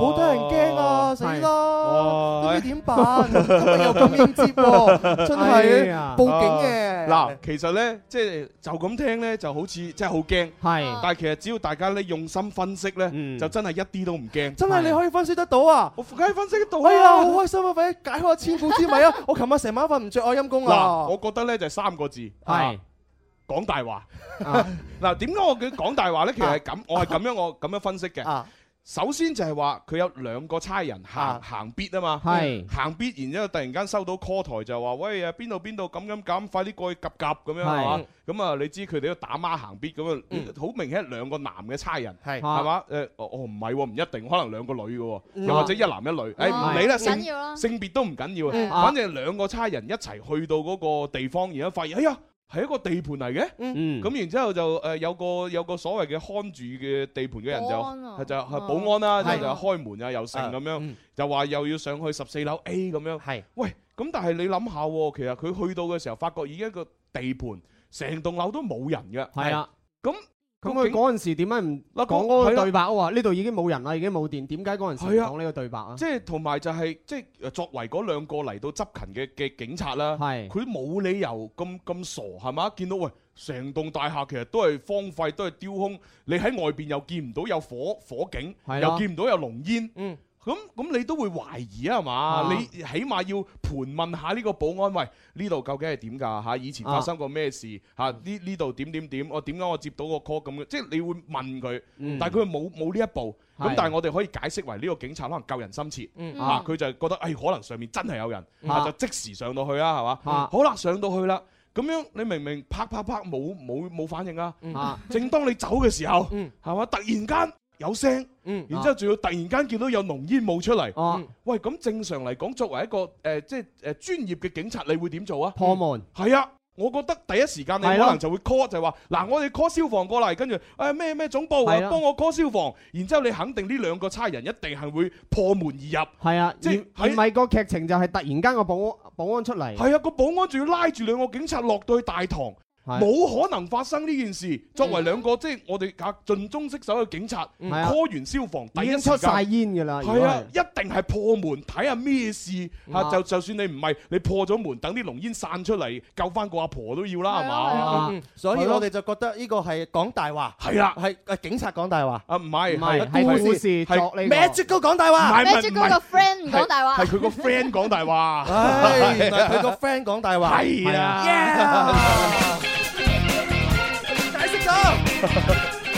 S8: 好多人驚啊！死啦，
S7: 哇
S8: 都唔知點辦？今日又咁應 接喎，真
S7: 哎
S8: 係
S7: 呀
S8: 報警嘅。
S7: 嗱，其實呢，即係就咁聽呢，就好似真係好驚。
S10: 係，
S7: 但係其實只要大家呢用心分析呢，就真係一啲都唔驚。
S8: 真係你可以分析得到啊！
S7: 我梗係分析得到
S8: 哎呀，
S7: 啊
S8: 好開心啊！快啲解開我千古之謎 啊！我琴日成晚瞓唔着，我陰公
S7: 嗱，
S8: 啊！
S7: 我覺得呢就係三個字。啊
S10: 係。啊
S7: 講大話。 嗱，點解我嘅講大話呢？其實係咁，我係咁樣，我咁樣分析嘅。
S10: 啊
S7: 首先就係話佢有兩個差人行行必啊嘛，
S10: 係
S7: 行必，然之後突然間收到 call 台就話：喂啊，邊度邊度咁咁咁，快啲過去及及咁樣係嘛
S10: 係？嗯
S7: 咁啊，你知佢哋都打孖行必咁啊，好明顯係兩個男嘅差人係係嘛？誒，哦哦唔係喎，唔一定，可能兩個女嘅喎，
S10: 啊嗯
S7: 又或者一男一女，誒唔理啦，
S10: 唔緊
S7: 性
S10: 要啦
S7: 性別都唔緊要
S10: 嗯
S7: 啊，反正兩個差人一齊去到嗰個地方，然後發現哎呀。係一個地盤嚟嘅，
S10: 嗯
S7: 咁然之後就誒有個有個所謂嘅看住嘅地盤嘅人
S10: 保安啊
S7: 就就係保安啦，
S10: 係嗯
S7: 就就開門啊又成咁樣，就話又要上去十四樓 A 咁樣。係，喂，咁但係你諗下喎，其實佢去到嘅時候，發覺已經一個地盤，成棟樓都冇人嘅。
S10: 係啊，
S7: 咁
S10: 咁佢嗰陣時點解唔
S7: 嗱
S10: 講嗰
S7: 係啦
S10: 個對白？我話呢度已經冇人啦，已經冇電，點解嗰陣時唔
S7: 係啊
S10: 講呢個對白啊？
S7: 即係同埋就係即係作為嗰兩個嚟到執勤嘅嘅警察啦，佢冇理由咁咁傻係嘛？見到喂成棟大廈其實都係荒廢，都係丟空，你喺外邊又見唔到有火火警，
S10: 係啊
S7: 又
S10: 啦
S7: 見唔到有濃煙，咁咁你都會懷疑啊係嘛？
S10: 啊
S7: 你起碼要盤問下呢個保安，喂呢度究竟係點㗎嚇？以前
S10: 啊
S7: 發生過咩事嚇？呢呢度點點點？我點解我接到個 call 咁嘅？即係你會問佢，
S10: 嗯
S7: 但係佢冇冇呢一步。咁
S10: 係
S7: 但係我哋可以解釋為呢個警察可能救人心切，
S10: 嗯
S7: 啊佢就覺得誒可能上面真係有人，
S10: 嗯
S7: 啊就即時上到去啦，係嘛
S10: 啊？
S7: 好啦，上到去啦。咁樣你明明啪啪啪冇冇冇反應啊
S10: 嗯啊！
S7: 正當你走嘅時候，係嘛？突然間有聲，
S10: 嗯
S7: 然之後仲要突然間見到有濃煙冒出嚟。
S10: 啊
S7: 嗯喂，咁正常嚟講，作為一個誒即係誒專業嘅警察，你會點做啊？
S10: 破門
S7: 係啊！我覺得第一時間你可
S10: 係咯
S7: 能就會 call 就係話嗱，我哋 call 消防過嚟，跟住誒咩咩總部啊
S10: 係，啦
S7: 幫我 call 消防。然之後你肯定呢兩個差人一定係會破門而入。
S10: 係啊，
S7: 即係
S10: 而而唔係個劇情就係突然間個保安保安出嚟，
S7: 係啊，個保安仲要拉住兩個警察落到去大堂，
S10: 係
S7: 冇可能發生呢件事。作為兩個即係我哋啊盡忠職守嘅警察
S10: 嗯係啊
S7: ，call 完消防第
S10: 已
S7: 一
S10: 經
S7: 時
S10: 出
S7: 間
S10: 晒煙㗎啦，如
S7: 係
S10: 果
S7: 啊，一定係破門睇下咩事嚇，
S10: 啊
S7: 就就算你唔係你破咗門，等啲濃煙散出嚟，救翻個阿婆都要
S10: 啊
S7: 啦，係嘛？
S8: 嗯所以我哋就覺得呢個係講大話，
S7: 係啦
S8: 係誒警察講大話
S7: 啊，唔係
S8: 唔
S7: 係
S8: 係
S7: 係
S8: 故事
S7: 係
S8: 作呢個
S7: 係
S8: Magic 哥講大話
S7: 唔係唔係
S2: Magic
S7: 唔
S2: 哥
S7: 係
S2: 個 friend 講大話
S7: 係佢個 friend 講大話，啊
S8: 唉，原來佢個 friend 講大話，啊
S7: 係啊
S8: 解釋咗，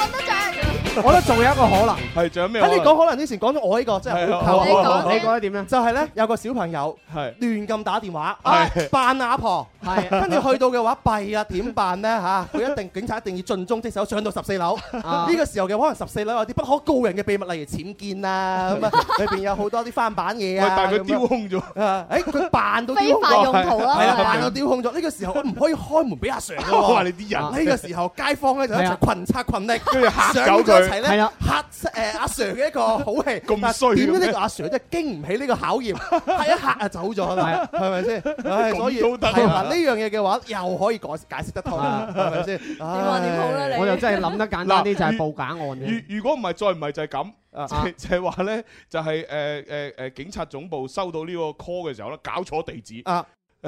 S10: 我覺得仲有一個可能。
S7: 係仲有咩可
S8: 喺
S7: 能？
S8: 啊你講可能之前講咗我呢個真係好
S7: 係啊好
S8: 透
S7: 好
S8: 我
S7: 你
S10: 講得點咧？
S8: 就係咧有個小朋友
S7: 係
S8: 亂咁打電話，
S7: 係啊
S8: 啊扮阿婆，
S10: 係
S8: 跟住去到嘅話弊啊，點辦咧嚇？佢一定警察一定要盡忠職守，上到十四樓。
S10: 啊
S8: 呢個時候嘅可能十四樓有啲不可告人嘅秘密，例如僭 建啊，咁啊裏邊有好多啲翻版嘢
S7: 喂
S8: 啊。
S7: 但係
S8: 咁
S7: 佢
S8: 樣
S7: 丟空咗。
S8: 啊！誒，佢扮到丟
S7: 非
S8: 空
S7: 法用途啊啦
S8: 係
S7: 可能
S8: 啦，扮到丟空咗。呢個時候我唔可以開門俾阿 Sir 嘅喎
S7: 哇你啲人
S8: 呢個時候街坊咧就一
S7: 係
S8: 齊
S7: 啊
S8: 群策群力，
S7: 跟住嚇走佢
S8: 上咗一齊
S7: 係啊
S8: 咧
S7: 啦
S8: 嚇誒阿 Sir 嘅一個好戲。
S7: 咁衰嘅咩
S8: 點知呢個阿 Sir 真係經唔起呢個考 驗，係一嚇啊走咗啦，係咪先？唉，所以
S10: 咁都得啊
S8: 係嗱呢樣嘢嘅話，又可以解解釋得通
S7: 啊
S8: 啦，係咪先？點
S10: 話點好咧你我就真係諗得簡單啲就係報假案啊啫
S7: 如如果唔係，再唔係就係咁。就係就係
S10: 啊
S7: 話咧，就係誒誒誒警察總部收到呢個 call 嘅時候咧，搞錯地址。
S8: 啊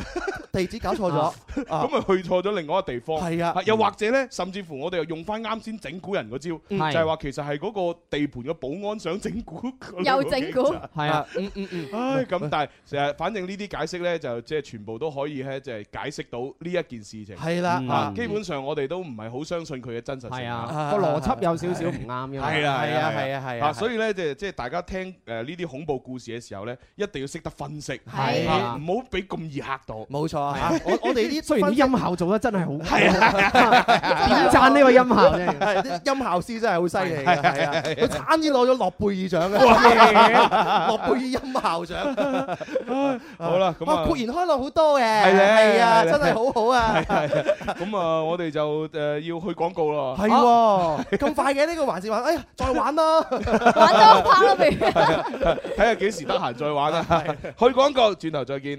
S8: 地址搞錯
S7: 啊
S8: 咗，
S7: 咁咪去錯咗另外一個地方。
S8: 係啊
S7: 又或者咧，甚至乎我哋又用翻啱先整蠱人嗰招，
S8: 嗯
S7: 就係話其實係嗰個地盤嘅保安想整蠱佢。
S2: 又整蠱
S10: 係啊
S8: 嗯嗯嗯
S7: 唉，咁但係成日，反正呢啲解釋咧，就即係全部都可以咧，就係解釋到呢一件事情。
S8: 係啦
S7: 嗯
S8: 啊
S7: 基本上我哋都唔係好相信佢嘅真實性。
S10: 係啊個邏輯有少少唔啱因為
S7: 係啦，
S10: 係啊係啊係啊
S7: 啊，所以咧，即係即係大家聽誒呢啲恐怖故事嘅時候咧，一定要識得分析，
S10: 係
S7: 啊唔好俾咁易嚇到。
S8: 冇錯
S7: 係啊
S8: 啊！ 我我哋啲
S10: 雖然
S8: 分析
S10: 啲音效做得 真係好，
S7: 係啊
S10: 點讚呢個音效啫。
S8: 係啲音效師真係好犀利
S10: 係
S8: 㗎，
S10: 係
S8: 係啊！
S10: 係
S8: 佢差啲攞咗諾貝爾獎
S7: 哇
S8: 嘅， 諾貝爾音效獎。
S7: 好啦，咁
S8: 哇，
S7: 啊
S8: 豁。然開朗好多嘅，
S7: 係咧，
S8: 係啊，
S7: 係咧
S8: 真係好好啊
S7: 係！ 係係咁啊，à? ờ, 我哋就誒要去廣告咯。Ờ。
S8: 係 喎，哦咁快嘅呢個環節玩，哎呀，再玩啦！
S2: 玩多拍啦，譬如。
S7: 睇下幾時得閒再玩啦。 去廣告，轉頭再見。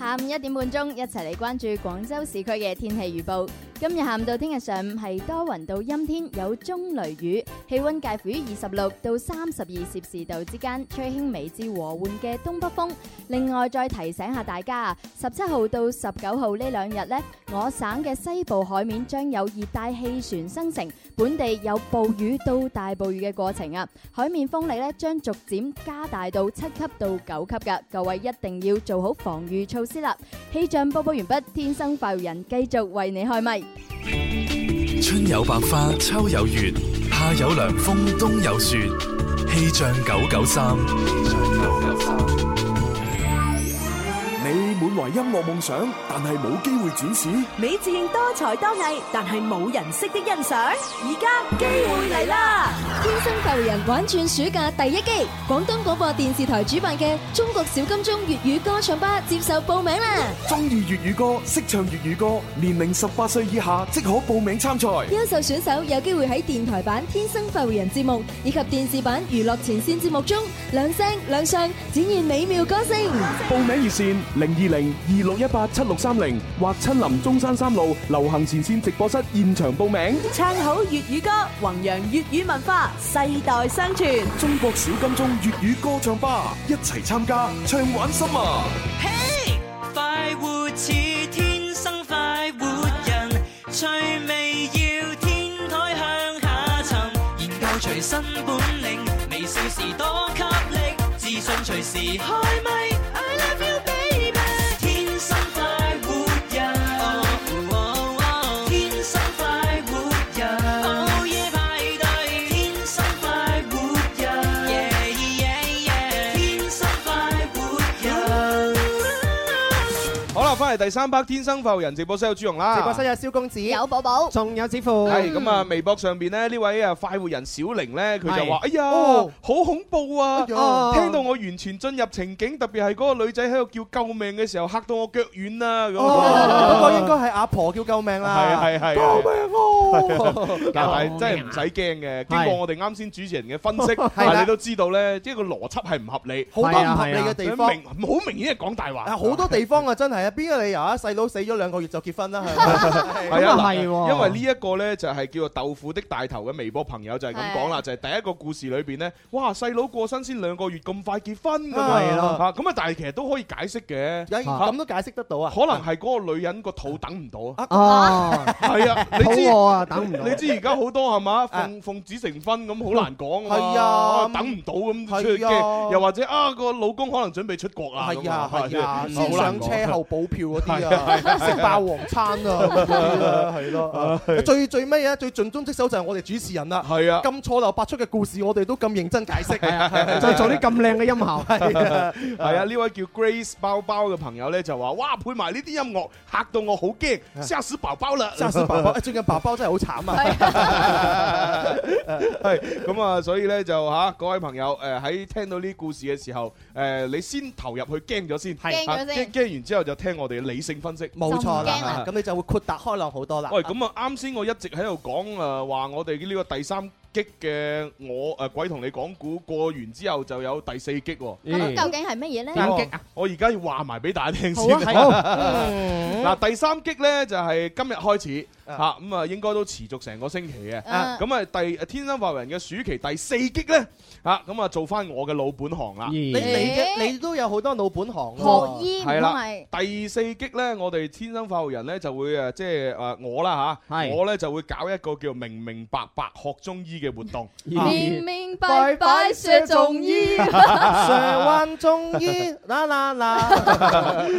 S2: 下午一點半鐘，一齊嚟關注廣州市區嘅天氣預報。今日下午到聽日上午係多雲到陰天，有中雷雨，氣温介乎於二十六到三十二攝氏度之間，吹輕微至和緩嘅東北風。另外再提醒下大家啊，十七號到十九號呢兩日呢，我省嘅西部海面將有熱帶氣旋生成，本地有暴雨到大暴雨嘅過程啊，海面風力呢將逐漸加大到七級到九級㗎，各位一定要做好防御措施啦。氣象播報完畢，天生快活人繼續為你開咪。
S3: 春有百花，秋有月，夏有涼風，冬有雪。氣象九九三，
S15: 你滿懷音樂夢想，但係冇機會展示。
S19: 你自認多才多藝，但係冇人識的欣賞，而家機會嚟啦！
S16: 天生快活人玩轉暑假第一季，廣東廣播電視台主辦嘅中國小金鐘粵語歌唱吧接受報名啦！
S15: 中意粵語歌，識唱粵語歌，年齡十八歲以下即可報名參賽。
S16: 優秀選手有機會喺電台版《天生快活人》節目以及電視版《娛樂前線》節目中亮聲亮相，展現美妙歌聲。
S12: 報名熱線零二零二六一八七六三零或親臨中山三路流行前線直播室現場報名。
S19: 唱好粵語歌，弘揚粵語文化，世代相傳。
S15: 中國小金鐘粵語歌唱吧，一齊參加，唱玩心啊！
S11: 快活似天生快活人，趣味要天台向下沉，研究隨身本領，微笑時多給力，自信隨時開咪。I love you baby，天生快活人，哦哦天生快活人，午夜派對，天生快活人，yeah yeah yeah，天生快活人。
S7: 好啦，翻嚟第三 part《天生浮人》直播室有朱容啦，
S8: 直播室有蕭公子，
S2: 有寶寶，
S10: 仲有子富，
S7: 係咁啊！微博上邊咧呢位啊快活人小玲咧，佢就話：
S10: 係
S7: 哎呀，
S10: 哦
S7: 好恐怖啊！
S8: 哎
S10: 呀
S7: 聽到我完全進入情景，特別係嗰個女仔喺度叫救命嘅時候，嚇到我腳軟啊！咁
S8: 嗰個哦應該係阿婆叫 救命啦，
S7: 係係係
S8: 救命啊！
S7: 嗱，但係真係唔使驚嘅。經過我哋啱先主持人嘅分析，
S8: 係
S7: 啊
S8: 啦
S7: 你都知道咧，即係個邏輯係唔合理，
S8: 好多唔合理嘅地方
S7: 明好明顯係講大話。
S8: 啊好多地方啊，真係啊，邊個理由啊？細佬死咗兩個月就結婚啦， 係
S10: 啊
S8: 咪哎
S7: 係啊嗱因為呢一個咧就係叫做豆腐的大頭嘅微博朋友就係咁講啦，就係第一個故事裏邊咧，哇細佬過身先兩個月咁快結婚咁啊
S8: 係咯
S7: 嚇咁啊但係其實都可以解釋嘅，
S8: 咁都解釋得到啊？
S7: 可能係嗰個女人個肚等唔到啊，
S10: 哦，
S7: 係啊，你
S10: 肚
S7: 知
S10: 餓啊等唔到
S7: 你知而家好多係嘛，奉奉子成婚咁好難講嘛
S8: 係啊
S7: 等唔到咁
S8: 係啊
S7: 出去又或者啊個老公可能準備出國啦，
S8: 係啊
S7: 咁
S8: 係啊，
S7: 真係
S8: 先
S7: 好難
S8: 上
S7: 講
S8: 車後補票嗰啲
S7: 係啊係啊
S8: 啊， 食霸王餐啊，嗰啲啊係咯。啊最最尾啊，最盡忠職守就係我哋主持人啦。
S7: 係啊
S8: 咁錯漏百出嘅故事，我哋都咁認真解釋，啊
S10: 再做啲咁靚嘅音 效，
S7: 系啊，呢位叫 Grace 包包嘅朋友咧就話：，哇，配埋呢啲音樂嚇到我好驚，嚇死寶寶啦！
S8: 嚇死 爸爸！哎最近爸爸真係好慘啊！
S7: 係咁啊，所以咧就吓各位朋友誒喺聽到呢啲故事嘅時候，誒你先投入去驚咗先，
S2: 驚咗
S7: 啊
S2: 先
S7: 驚驚完之後就聽我哋理性分析。
S8: 冇錯啦，咁你就會豁達開朗好多啦。
S7: 喂，咁啊，啱先我一直喺度講誒話，我哋呢個第三擊嘅我誒、呃鬼同你講古過完之後就有第四擊喎。
S2: 咁究竟係乜嘢呢？
S7: 點擊啊！我而家要話埋俾大家聽先。
S2: 好啊好嗯
S7: 嗱，第三擊咧就係今日開始嚇，咁啊應該都持續成個星期嘅。
S2: 啊
S7: 咁啊，第天生發人嘅暑期第四擊咧嚇，咁啊做翻我嘅老本行啦。
S8: 你你嘅你都有好多老本行
S7: 學
S8: 喎。
S7: 醫係啦，第四擊咧，我哋天生發育人咧就會誒，即係誒我啦嚇，我咧就會搞一個叫明明白白學中醫嘅活動。
S2: 明明白白說中 醫，
S8: 上灣中醫，啦啦啦，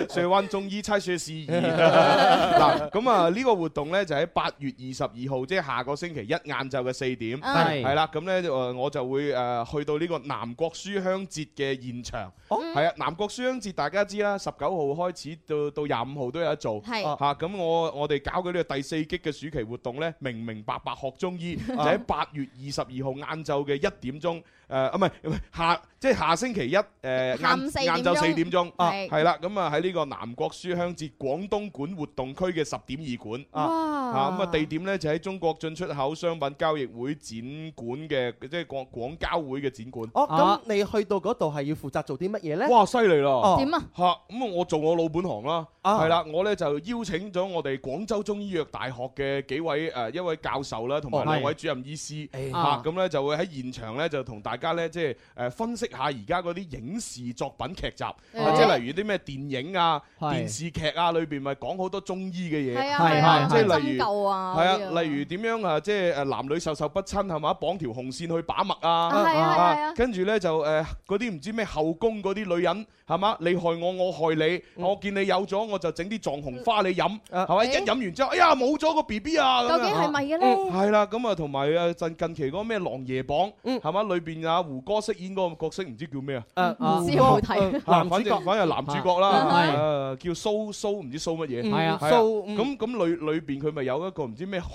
S7: 上灣中醫猜說事宜。嗱，咁啊呢個活動咧就喺八月二十二號，即係下個星期一晏晝嘅四點，
S8: 係
S7: 係啦。咁咧就呃誒我就會誒去到呢個南國書香節嘅現場。係啊，南國書香節大家知啦，十九號開始到到廿五號都有得做。
S12: 係
S7: 嚇咁我我哋搞嘅呢個第四擊嘅暑期活動咧，明明白白學中醫，就喺八月二十二號晏晝嘅一點鐘。誒啊唔係唔係下即係下星期一誒呃晏
S2: 下午四點
S7: 晏晝
S2: 鐘
S7: 四點鐘
S2: 係
S7: 係啦，咁啊喺呢個南國書香節廣東館活動區嘅十點二館啊
S2: 哇
S7: 啊咁啊地點咧就喺中國進出口商品交易會展館嘅即係廣廣交會嘅展館。
S8: 哦，
S2: 啊
S8: 咁你去到嗰度係要負責做啲乜嘢咧？
S7: 哇，犀利啦！
S8: 點
S2: 啊？
S7: 嚇咁啊，我做我老本行啦，
S8: 啊
S7: 係啦，我咧就邀請咗我哋廣州中醫藥大學嘅幾位誒一位教授啦，同埋
S12: 哦
S7: 兩
S12: 係
S7: 位主任醫師
S12: 哎
S7: 嚇，咁咧就會喺現場咧就同大家咧即係誒分析下而家嗰啲影視作品劇集，啊即
S12: 哦
S7: 係例如啲咩電影啊、
S12: 係
S7: 電視劇啊，裏邊咪講好多中醫嘅嘢，
S2: 係啊係啊
S7: 即
S2: 針
S7: 係例如
S2: 灸啊
S7: 係
S2: 嗰啲
S7: 啊，
S2: 啊
S7: 例如點樣啊，即係誒男女授受不親係嘛，綁條紅線去把脈啊，
S2: 啊係啊係啊
S7: 跟住咧就誒嗰啲唔知咩後宮嗰啲女人係嘛，你害我，我害你，
S2: 嗯
S7: 我見你有咗我就整啲藏紅花你飲，係咪？一飲完之後，哎呀冇咗個 B B 啊！咁樣
S2: 究竟係咪嘅咧
S7: 嗯係啦，咁啊同埋誒近近期嗰個咩《狼爺榜》
S2: 嗯
S7: 係嘛，裏邊啊胡歌飾演嗰個角色唔知叫咩啊？
S12: 唔知冇睇
S7: 誒
S12: 男主角
S7: 反正反正係男主角
S2: 嗯
S12: 係
S7: 啦，誒啊叫蘇蘇唔知蘇乜嘢，
S12: 嗯係啊
S7: 蘇
S12: 蘇嗯
S7: 咁咁裏裏邊佢咪有一個唔知咩寒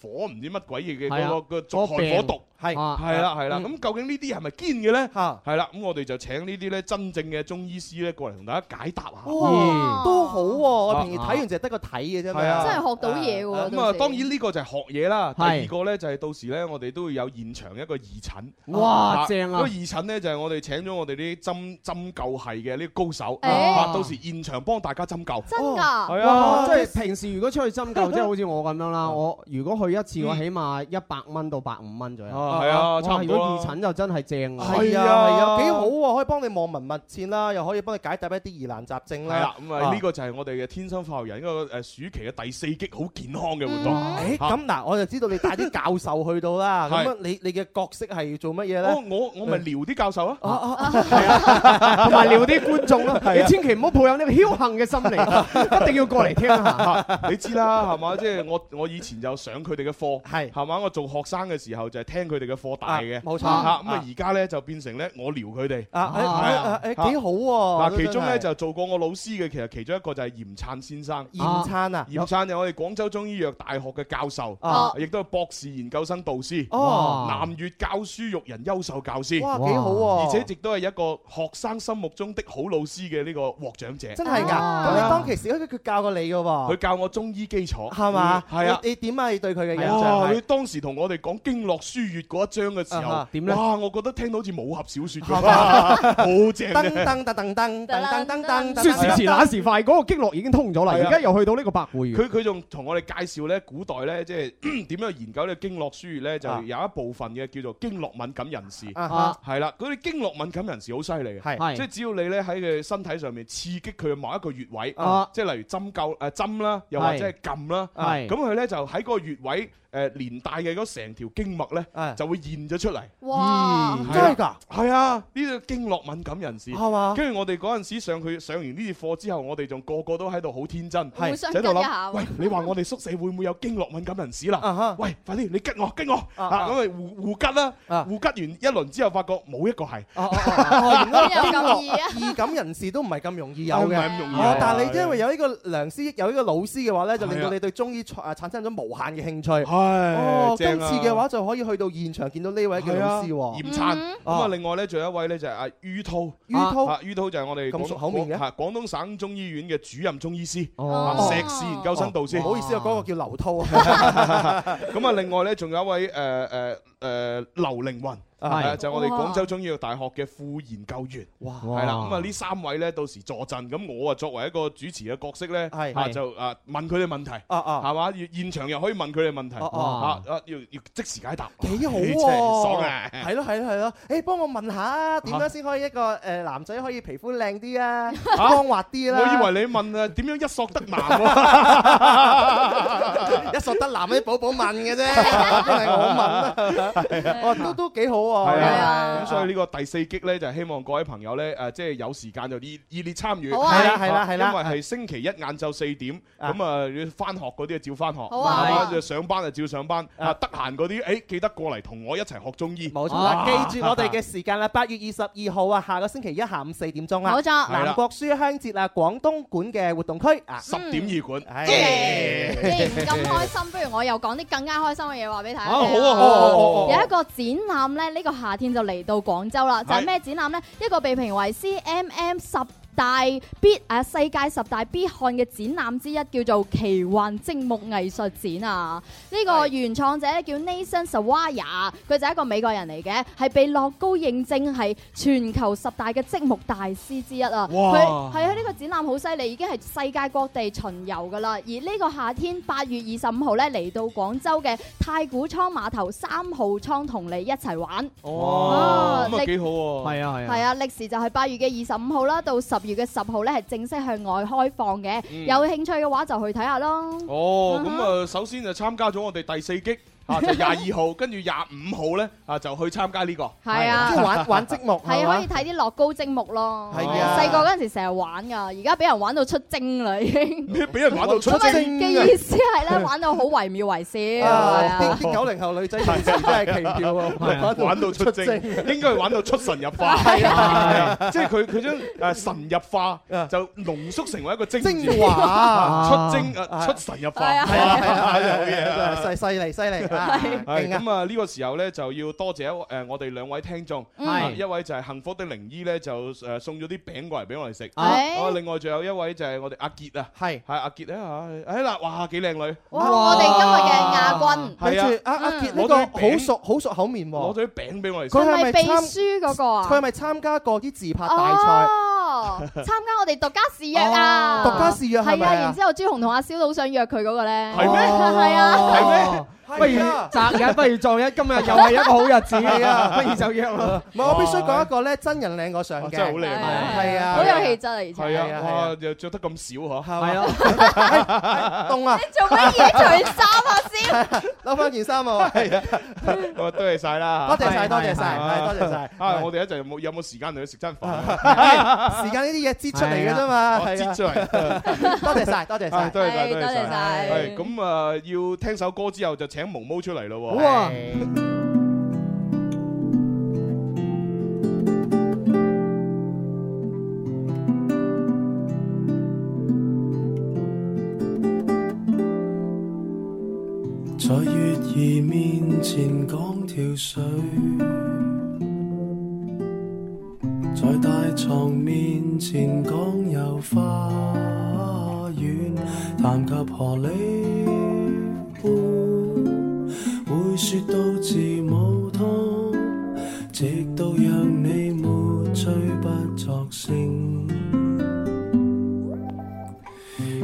S7: 火唔知乜鬼嘢嘅
S12: 係啊
S7: 嗰個個
S12: 嗰個
S7: 寒
S12: 病
S7: 火毒。
S8: 係
S7: 係啦係啦，
S12: 嗯
S7: 咁究竟呢啲係咪堅嘅咧？係啦，咁我哋就請呢啲咧真正嘅中醫師咧過嚟同大家解答下。
S8: 哇，都好喎！我平時
S7: 啊
S8: 睇完就係得個睇嘅啫嘛，
S7: 係啊
S2: 真係學到嘢喎
S7: 咁啊，
S2: 到時
S7: 當然呢個就係學嘢啦。第
S12: 係
S7: 二個咧就係到時咧，我哋都會有現場一個義診。
S12: 哇正啊
S7: 嗰個義診咧就係我哋請咗我哋啲針針灸系嘅呢個高手，
S10: 誒
S7: 啊到時現場幫大家針灸。
S10: 真
S2: 㗎
S8: 哦
S7: 係
S10: 哇
S7: 啊，
S10: 即係平時如果出去 針灸，即係好似我咁樣啦。我如果去一次，我起碼一百蚊到百五蚊左右。
S7: 啊係啊
S10: 哇
S7: 差唔多啦
S10: 如果義診就真係正啊。
S8: 係啊係啊，幾 好喎！可以幫你望聞問切啦，又可以幫你解答一啲疑難雜症
S7: 係
S8: 啦
S7: 啦，。咁啊呢個就係我哋嘅天生化學人一個誒暑期嘅第四擊，好健康嘅活動。
S10: 嗯
S8: 誒
S7: 啊
S8: 咁嗱，我就知道你帶啲教授去到啦。咁
S7: 係
S8: 啊，你你嘅角色係做乜嘢咧？
S7: 我我我咪撩啲教授啊！
S10: 同埋撩啲觀眾啦，
S7: 係啊
S10: 你千祈唔好抱有呢個僥倖嘅 心理，一定要過嚟聽啊下。
S7: 啊你知啦，係嘛？即係我我以前就上佢哋嘅課，係係嘛？我做學生嘅時候就係聽佢哋嘅課大嘅，
S8: 啊冇錯
S7: 嚇咁啊
S8: 啊
S7: 而家咧就變成咧我撩佢哋
S8: 啊誒啊誒誒幾好
S7: 嗱
S8: 喎！，
S7: 其中咧
S8: 真係
S7: 就做過我老師嘅，其實其中一個就係嚴燦先生。
S8: 嚴燦啊
S7: 嚴燦就係我哋廣州中醫藥大學嘅教授
S8: 啊，
S7: 亦都係博士研究生導師。
S8: 哦
S7: 南粵教書育人優秀教師。
S8: 哇幾好喎
S7: 而且亦都係一個學生心目中的好老師嘅呢個獲獎者。
S8: 真係㗎。
S7: 啊
S8: 咁你當其時佢佢教過你嘅喎
S7: 佢。教我中醫基礎，
S8: 係嘛？
S7: 係啊
S8: 你。你點啊？你對佢嘅印象
S7: 哇！
S8: 係
S7: 佢當時同我哋講《經絡書月》嗰一章嘅時
S8: 啊
S7: 候
S8: 哈，點呢
S7: 哇！我覺得聽到好似武俠小説咁，
S8: 係嘛
S7: 好正
S8: 噔
S7: 嘅
S8: 噔噔噔噔噔噔噔噔。
S10: 説時遲那時快，嗰個經絡已經通咗啦，
S7: 係啊
S10: 而家又去到呢個百會
S7: 佢佢仲同我哋介紹咧，古代咧即係 點樣研究呢個經絡書月咧，就有一部分嘅叫做經絡敏感人士，
S12: 啊哈
S7: 係啦，嗰啲經絡敏感人士好犀利嘅，
S12: 係係
S7: 即係只要你咧喺佢身體上面刺激佢某一個穴位
S12: 啊，
S7: 即係例如針灸誒針啦，又或者係
S12: 係
S7: 撳啦，
S12: 係
S7: 咁佢咧就喺嗰個穴位誒連帶嘅嗰成條經脈
S12: 啊
S7: 咧就會現咗出嚟。
S2: 哇
S7: 咦
S2: 真係
S8: 㗎？
S7: 係啊，呢個經絡敏感人士
S8: 係嘛
S7: 跟住我哋嗰陣時上佢上完呢節課之後，我哋仲個個都喺度好天真，
S2: 係互相
S7: 就喺度
S2: 跟一
S7: 諗
S2: 下喎
S7: 喂，你話我哋宿舍會唔會有經絡敏感人士
S8: 啊
S7: 啦
S8: 哈？
S7: 喂，快啲你吉我吉我
S8: 啊
S7: 啊！
S8: 啊
S7: 咁咪互互吉啦，互吉完一輪之後，發覺冇一個係。
S8: 哦，原來
S2: 邊有
S8: 經
S2: 咁
S8: 絡
S2: 易啊
S8: 易感人士都唔係咁容易有
S7: 唔
S8: 嘅，
S7: 係咁容易
S8: 哦
S7: 有
S8: 但係
S7: 係
S8: 你因為有呢個良師益有呢個老師嘅話咧，就令到
S7: 係啊
S8: 你對中醫啊產生咗無限嘅興趣。
S7: 係
S8: 哦，今
S7: 正
S8: 次
S7: 啊
S8: 嘅話就可以去到現場見到呢位嘅老師喎。
S7: 嚴燦咁啊！
S8: 哦
S7: 另外咧，仲有一位咧就係阿于涛，
S8: 于涛
S7: 啊于涛就係我哋
S8: 咁熟口面嘅
S7: 嘅廣東省中醫院嘅主任中醫師，啊
S8: 哦
S7: 碩士研究生導師。
S8: 唔好意思啊，嗰個叫劉滔啊。
S7: 咁啊，另外咧仲有一位呃誒誒誒劉凌雲。
S8: 係
S7: 啊就係我哋
S8: 哇
S7: 廣州中醫藥大學嘅副研究員，
S8: 哇
S7: 係啦，咁啊呢三位咧到時坐陣，咁我啊作為一個主持嘅角色咧，
S8: 係
S7: 啊
S8: 係
S7: 就啊問佢哋問題，
S8: 啊啊
S7: 係嘛，要現場又可以問佢哋問題，
S8: 啊啊
S7: 啊啊要要即時解答，
S8: 幾好
S7: 真
S8: 喎，
S7: 係爽啊！
S8: 係咯係咯係咯，誒幫我問下啊點樣先可以一個誒男仔可以皮膚靚啲啊，光滑啲啦。
S7: 我以為你問啊，點樣一索得男喎、
S8: 一索得男啲寶寶問嘅啫，因為我問啦。哦，都都幾好喎。
S7: 係咁所以呢個第四擊咧，就係希望各位朋友咧，誒，即係有時間就熱熱烈參與。
S8: 好啊係啦係啦係啦
S7: 因為係星期一晏晝四點，咁啊，你翻學嗰啲就照翻學，
S8: 好啊好啊
S7: 係嘛上班就照上班，啊，得閒嗰啲，誒，記得過嚟同我一齊學中醫。冇
S8: 冇錯啦，記住我哋嘅時間啦，八月二十二號啊，下個星期一下午四點鐘啦，
S7: 冇錯係啦
S8: 南國書香節啊，廣東館嘅活動區啊，
S7: 十點二館。
S8: 唉
S2: 咁開心，不如我又講啲更加開心嘅嘢話俾大家
S7: 啊好啊
S2: 聽啦
S7: 好啊好啊好啊好啊
S2: 有一個展覽咧，呢個夏天就嚟到廣州啦。就係咩展覽呢？一個被評為 CMM 十大必啊世界十大必看嘅展覽之一，叫做奇幻精木藝術展啊！呢個原創者咧叫 Nathan Sawaya，佢就係一個美國人嚟嘅，係被樂高認證係全球十大嘅積木大師之一啊！
S16: 哇
S2: 佢係係啊，呢個展覽好犀利，已經係世界各地巡遊㗎啦。而呢個夏天八月二十五號咧，嚟到廣州嘅太古倉碼頭三號倉同你一齊玩。
S7: 哦，咁
S2: 啊
S7: 啊
S2: 歷
S7: 幾好喎。
S10: 係啊係
S2: 係啊，歷時就係八月嘅二十五號啦，到十月嘅十號咧係正式向外開放嘅。
S7: 嗯
S2: 有興趣嘅話就去睇下咯。
S7: 哦，咁啊，首先就參加咗我哋第四擊。啊，就廿二號，跟住廿五號咧，啊就去參加呢個，
S2: 係啊即係玩玩積
S8: 木
S2: 係啊，可以睇啲樂高積木咯。
S7: 係啊
S2: 細個嗰陣時成日玩㗎，而家俾人玩到出精啦已經。
S7: 咩俾人玩到出
S2: 咁啊
S7: 精
S2: 嘅意思係咧，玩到好惟妙惟肖。係啊
S8: 啲啲九零後女仔真係奇妙啊，
S7: 玩到出精，應該係玩到出神入化，
S8: 係
S7: 啊，即係佢佢將誒神入化就濃縮成為一個精字
S8: 精華
S7: 啊出精誒出神入化，
S8: 係啊係啊
S7: 好
S8: 係啊
S7: 嘢啊！
S8: 真係犀利犀利啊
S7: 係
S8: 勁啊
S7: 咁啊！呢個時候咧就要多謝一誒我哋兩位聽眾，
S8: 嗯
S7: 啊
S8: 係
S7: 一位就係幸福的靈醫咧就誒送咗啲餅過嚟俾我哋食，
S8: 啊
S7: 啊另外仲有一位就係我哋阿傑啊，
S8: 係
S7: 係阿傑啊，誒嗱哇幾靚女，
S2: 哇我哋今日嘅亞軍
S7: 係啊
S8: 跟住阿阿傑
S7: 攞咗啲
S8: 呢個
S7: 餅
S8: 好熟好熟口面
S7: 攞
S8: 喎，
S7: 咗啲餅俾我哋食，
S8: 佢係
S2: 係
S8: 咪
S2: 咪秘
S8: 參
S2: 書嗰個啊？
S8: 佢係咪參加過啲自拍大賽？
S2: 哦，參加我哋獨家試約啊！
S8: 哦 獨家試約係咪啊
S2: 係啊，然之後朱紅同阿蕭都好想約佢嗰個咧，
S10: 係 咩
S2: 係啊，
S10: 哦不如
S8: 啊
S10: 擇日不如撞日，今日又係一個好日子
S8: 係啊
S10: 不如就約啦。
S8: 唔係，我必須講一個咧，真人靚過相嘅，
S7: 真係好靚啊
S8: 係啊，
S2: 好有氣質啊，而且
S7: 係
S8: 係
S7: 啊，
S8: 啊
S7: 哇！又着得咁少嚇，
S8: 係啊，凍啊！
S2: 做乜嘢除衫啊，蕭？
S8: 攞翻 件衫啊！
S7: 係啊， 咁啊多謝晒啦，
S8: 多謝晒多謝晒
S7: 啊
S8: 係多謝晒
S7: 啊！我哋一陣有冇有冇時間同佢食餐飯？
S8: 時間呢啲嘢擠出嚟嘅啫嘛，
S7: 我
S8: 係
S7: 擠
S8: 啊，
S7: 出嚟，
S8: 多謝晒，多謝
S7: 啊
S8: 晒，
S7: 多謝晒，
S2: 係多謝晒
S7: 係咁啊，要聽首歌之後就請毛毛出嚟咯喎。
S8: 好啊
S11: 在月兒面前講跳水，在大床面前講遊花園，談及荷里活，會説到字母通，直到讓你沒醉不作聲。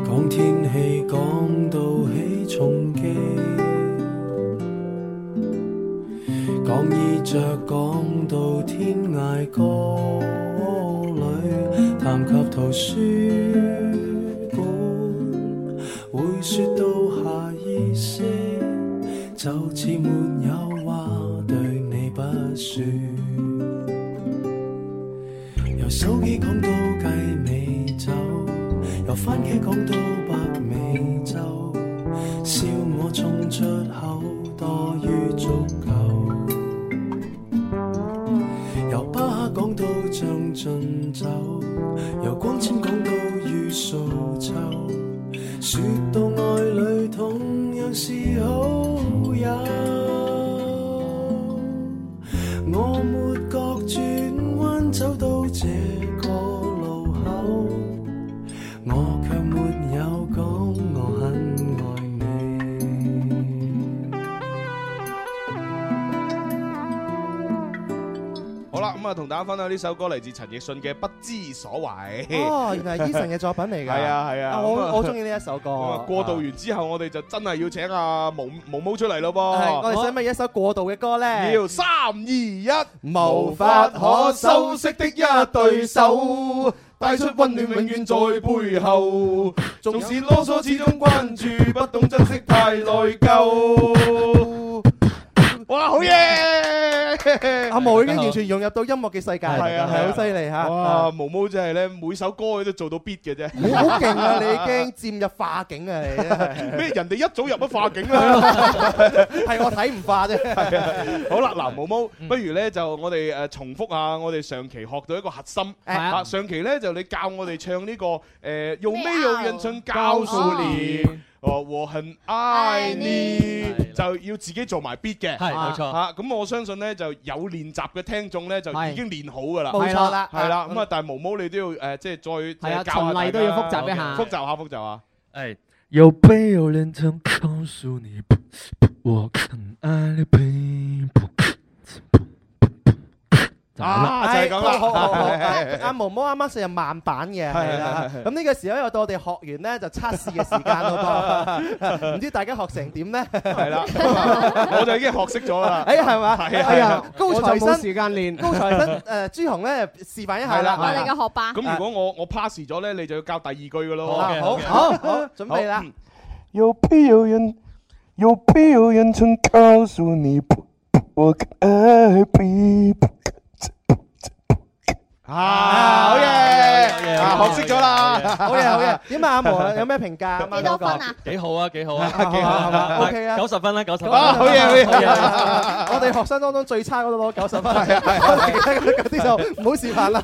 S11: 講天氣，講到起重機，講衣着，講到天涯歌裏，談及圖書館，會説到下意識，就似沒有話對你不説。由手機講到雞尾酒。由番茄講到白美洲，笑我衝出口多於足夠。由巴哈講到將進酒，由光纖講到與數秋，説到愛侶統
S7: 咁啊，同大家分享呢首歌嚟自陳奕迅嘅《不知所謂》。
S8: 哦，原來係 Eason 嘅作品嚟㗎。
S7: 係啊係啊，咁啊
S8: 我我中意呢一首歌。
S7: 咁啊過渡完之後，我哋就真係要請阿毛毛毛出嚟咯
S8: 係，
S7: 噃。
S8: 我哋想唔想一首過渡嘅歌咧？
S7: 要三二一，
S8: 無
S7: 法可收
S8: 拾的一
S7: 對手，帶出温暖永遠在背 後。縱使囉嗦，始終關注，不懂珍惜太內疚。哇，好嘢！
S8: 阿毛已經完全融入到音樂嘅世界，
S7: 係啊，係
S8: 係好犀利嚇。
S7: 哇，毛毛真係咧，每首歌佢都做到 beat 嘅啫。
S8: 你好勁啊！你已經佔入化境啊！你真係
S7: 咩？人哋一早入咗化境啦，
S8: 係我睇唔化啫。
S7: 係啊好啦，嗱，毛毛，不如咧就我哋誒重複下我哋上期學到一個核心
S8: 啊
S7: 啊。上期咧就你教我哋唱呢個誒用咩有人唱教數年。哦，和恨 I 呢就要自己做埋 beat 嘅，
S20: 係冇錯
S7: 啊咁我相信咧就有練習嘅聽眾咧就已經練好㗎啦，
S20: 冇錯啦
S7: 係啦。
S20: 嗯
S7: 咁啊，但係毛毛你都要誒即係再
S20: 係啊
S7: 即係教下
S20: 循例都
S7: 大
S20: 要
S7: 家
S20: 複習一下
S7: 複習下複習下。
S20: 哎，
S21: 有没有人曾告诉你，我很爱你，baby？
S7: 啊就係咁啦
S8: 哎 好好好
S21: 係係
S8: 阿阿毛毛啱啱成日慢版嘅，
S21: 係
S8: 係啦
S21: 係係。
S8: 咁呢個時候又到我哋學完咧，就測試嘅時間咯 噃。唔知大家學成點咧？係
S7: 啦，我就已經學識咗啦。
S8: 哎係嘛？
S7: 係啊
S8: 哎呀，高
S10: 我就
S8: 材
S10: 冇
S8: 生
S10: 時間練
S8: 高材 生誒朱紅咧示範一下
S7: 係啦
S8: 啦。
S7: 係啦
S2: 學霸
S7: 咁如果我我 pass 咗咧，你就要教第二句噶咯。
S8: 啊好好好，準備啦。
S7: 嗯
S22: 有没有人，有没有人曾告诉你，不不我可爱比不
S7: 啊，好嘢，啊學識咗啦，
S8: 好嘢 好嘢。點啊？阿毛有咩評價？啱啱嗰個？
S20: 幾好啊，幾好啊，
S8: 啊幾 好係嘛？OK 啊，
S20: 九十分啦，九十分。
S8: 啊，好嘢好嘢！
S20: 好嘢
S8: 我哋學生當中最差嗰度攞九 十分， 嗰啲就唔好示範啦。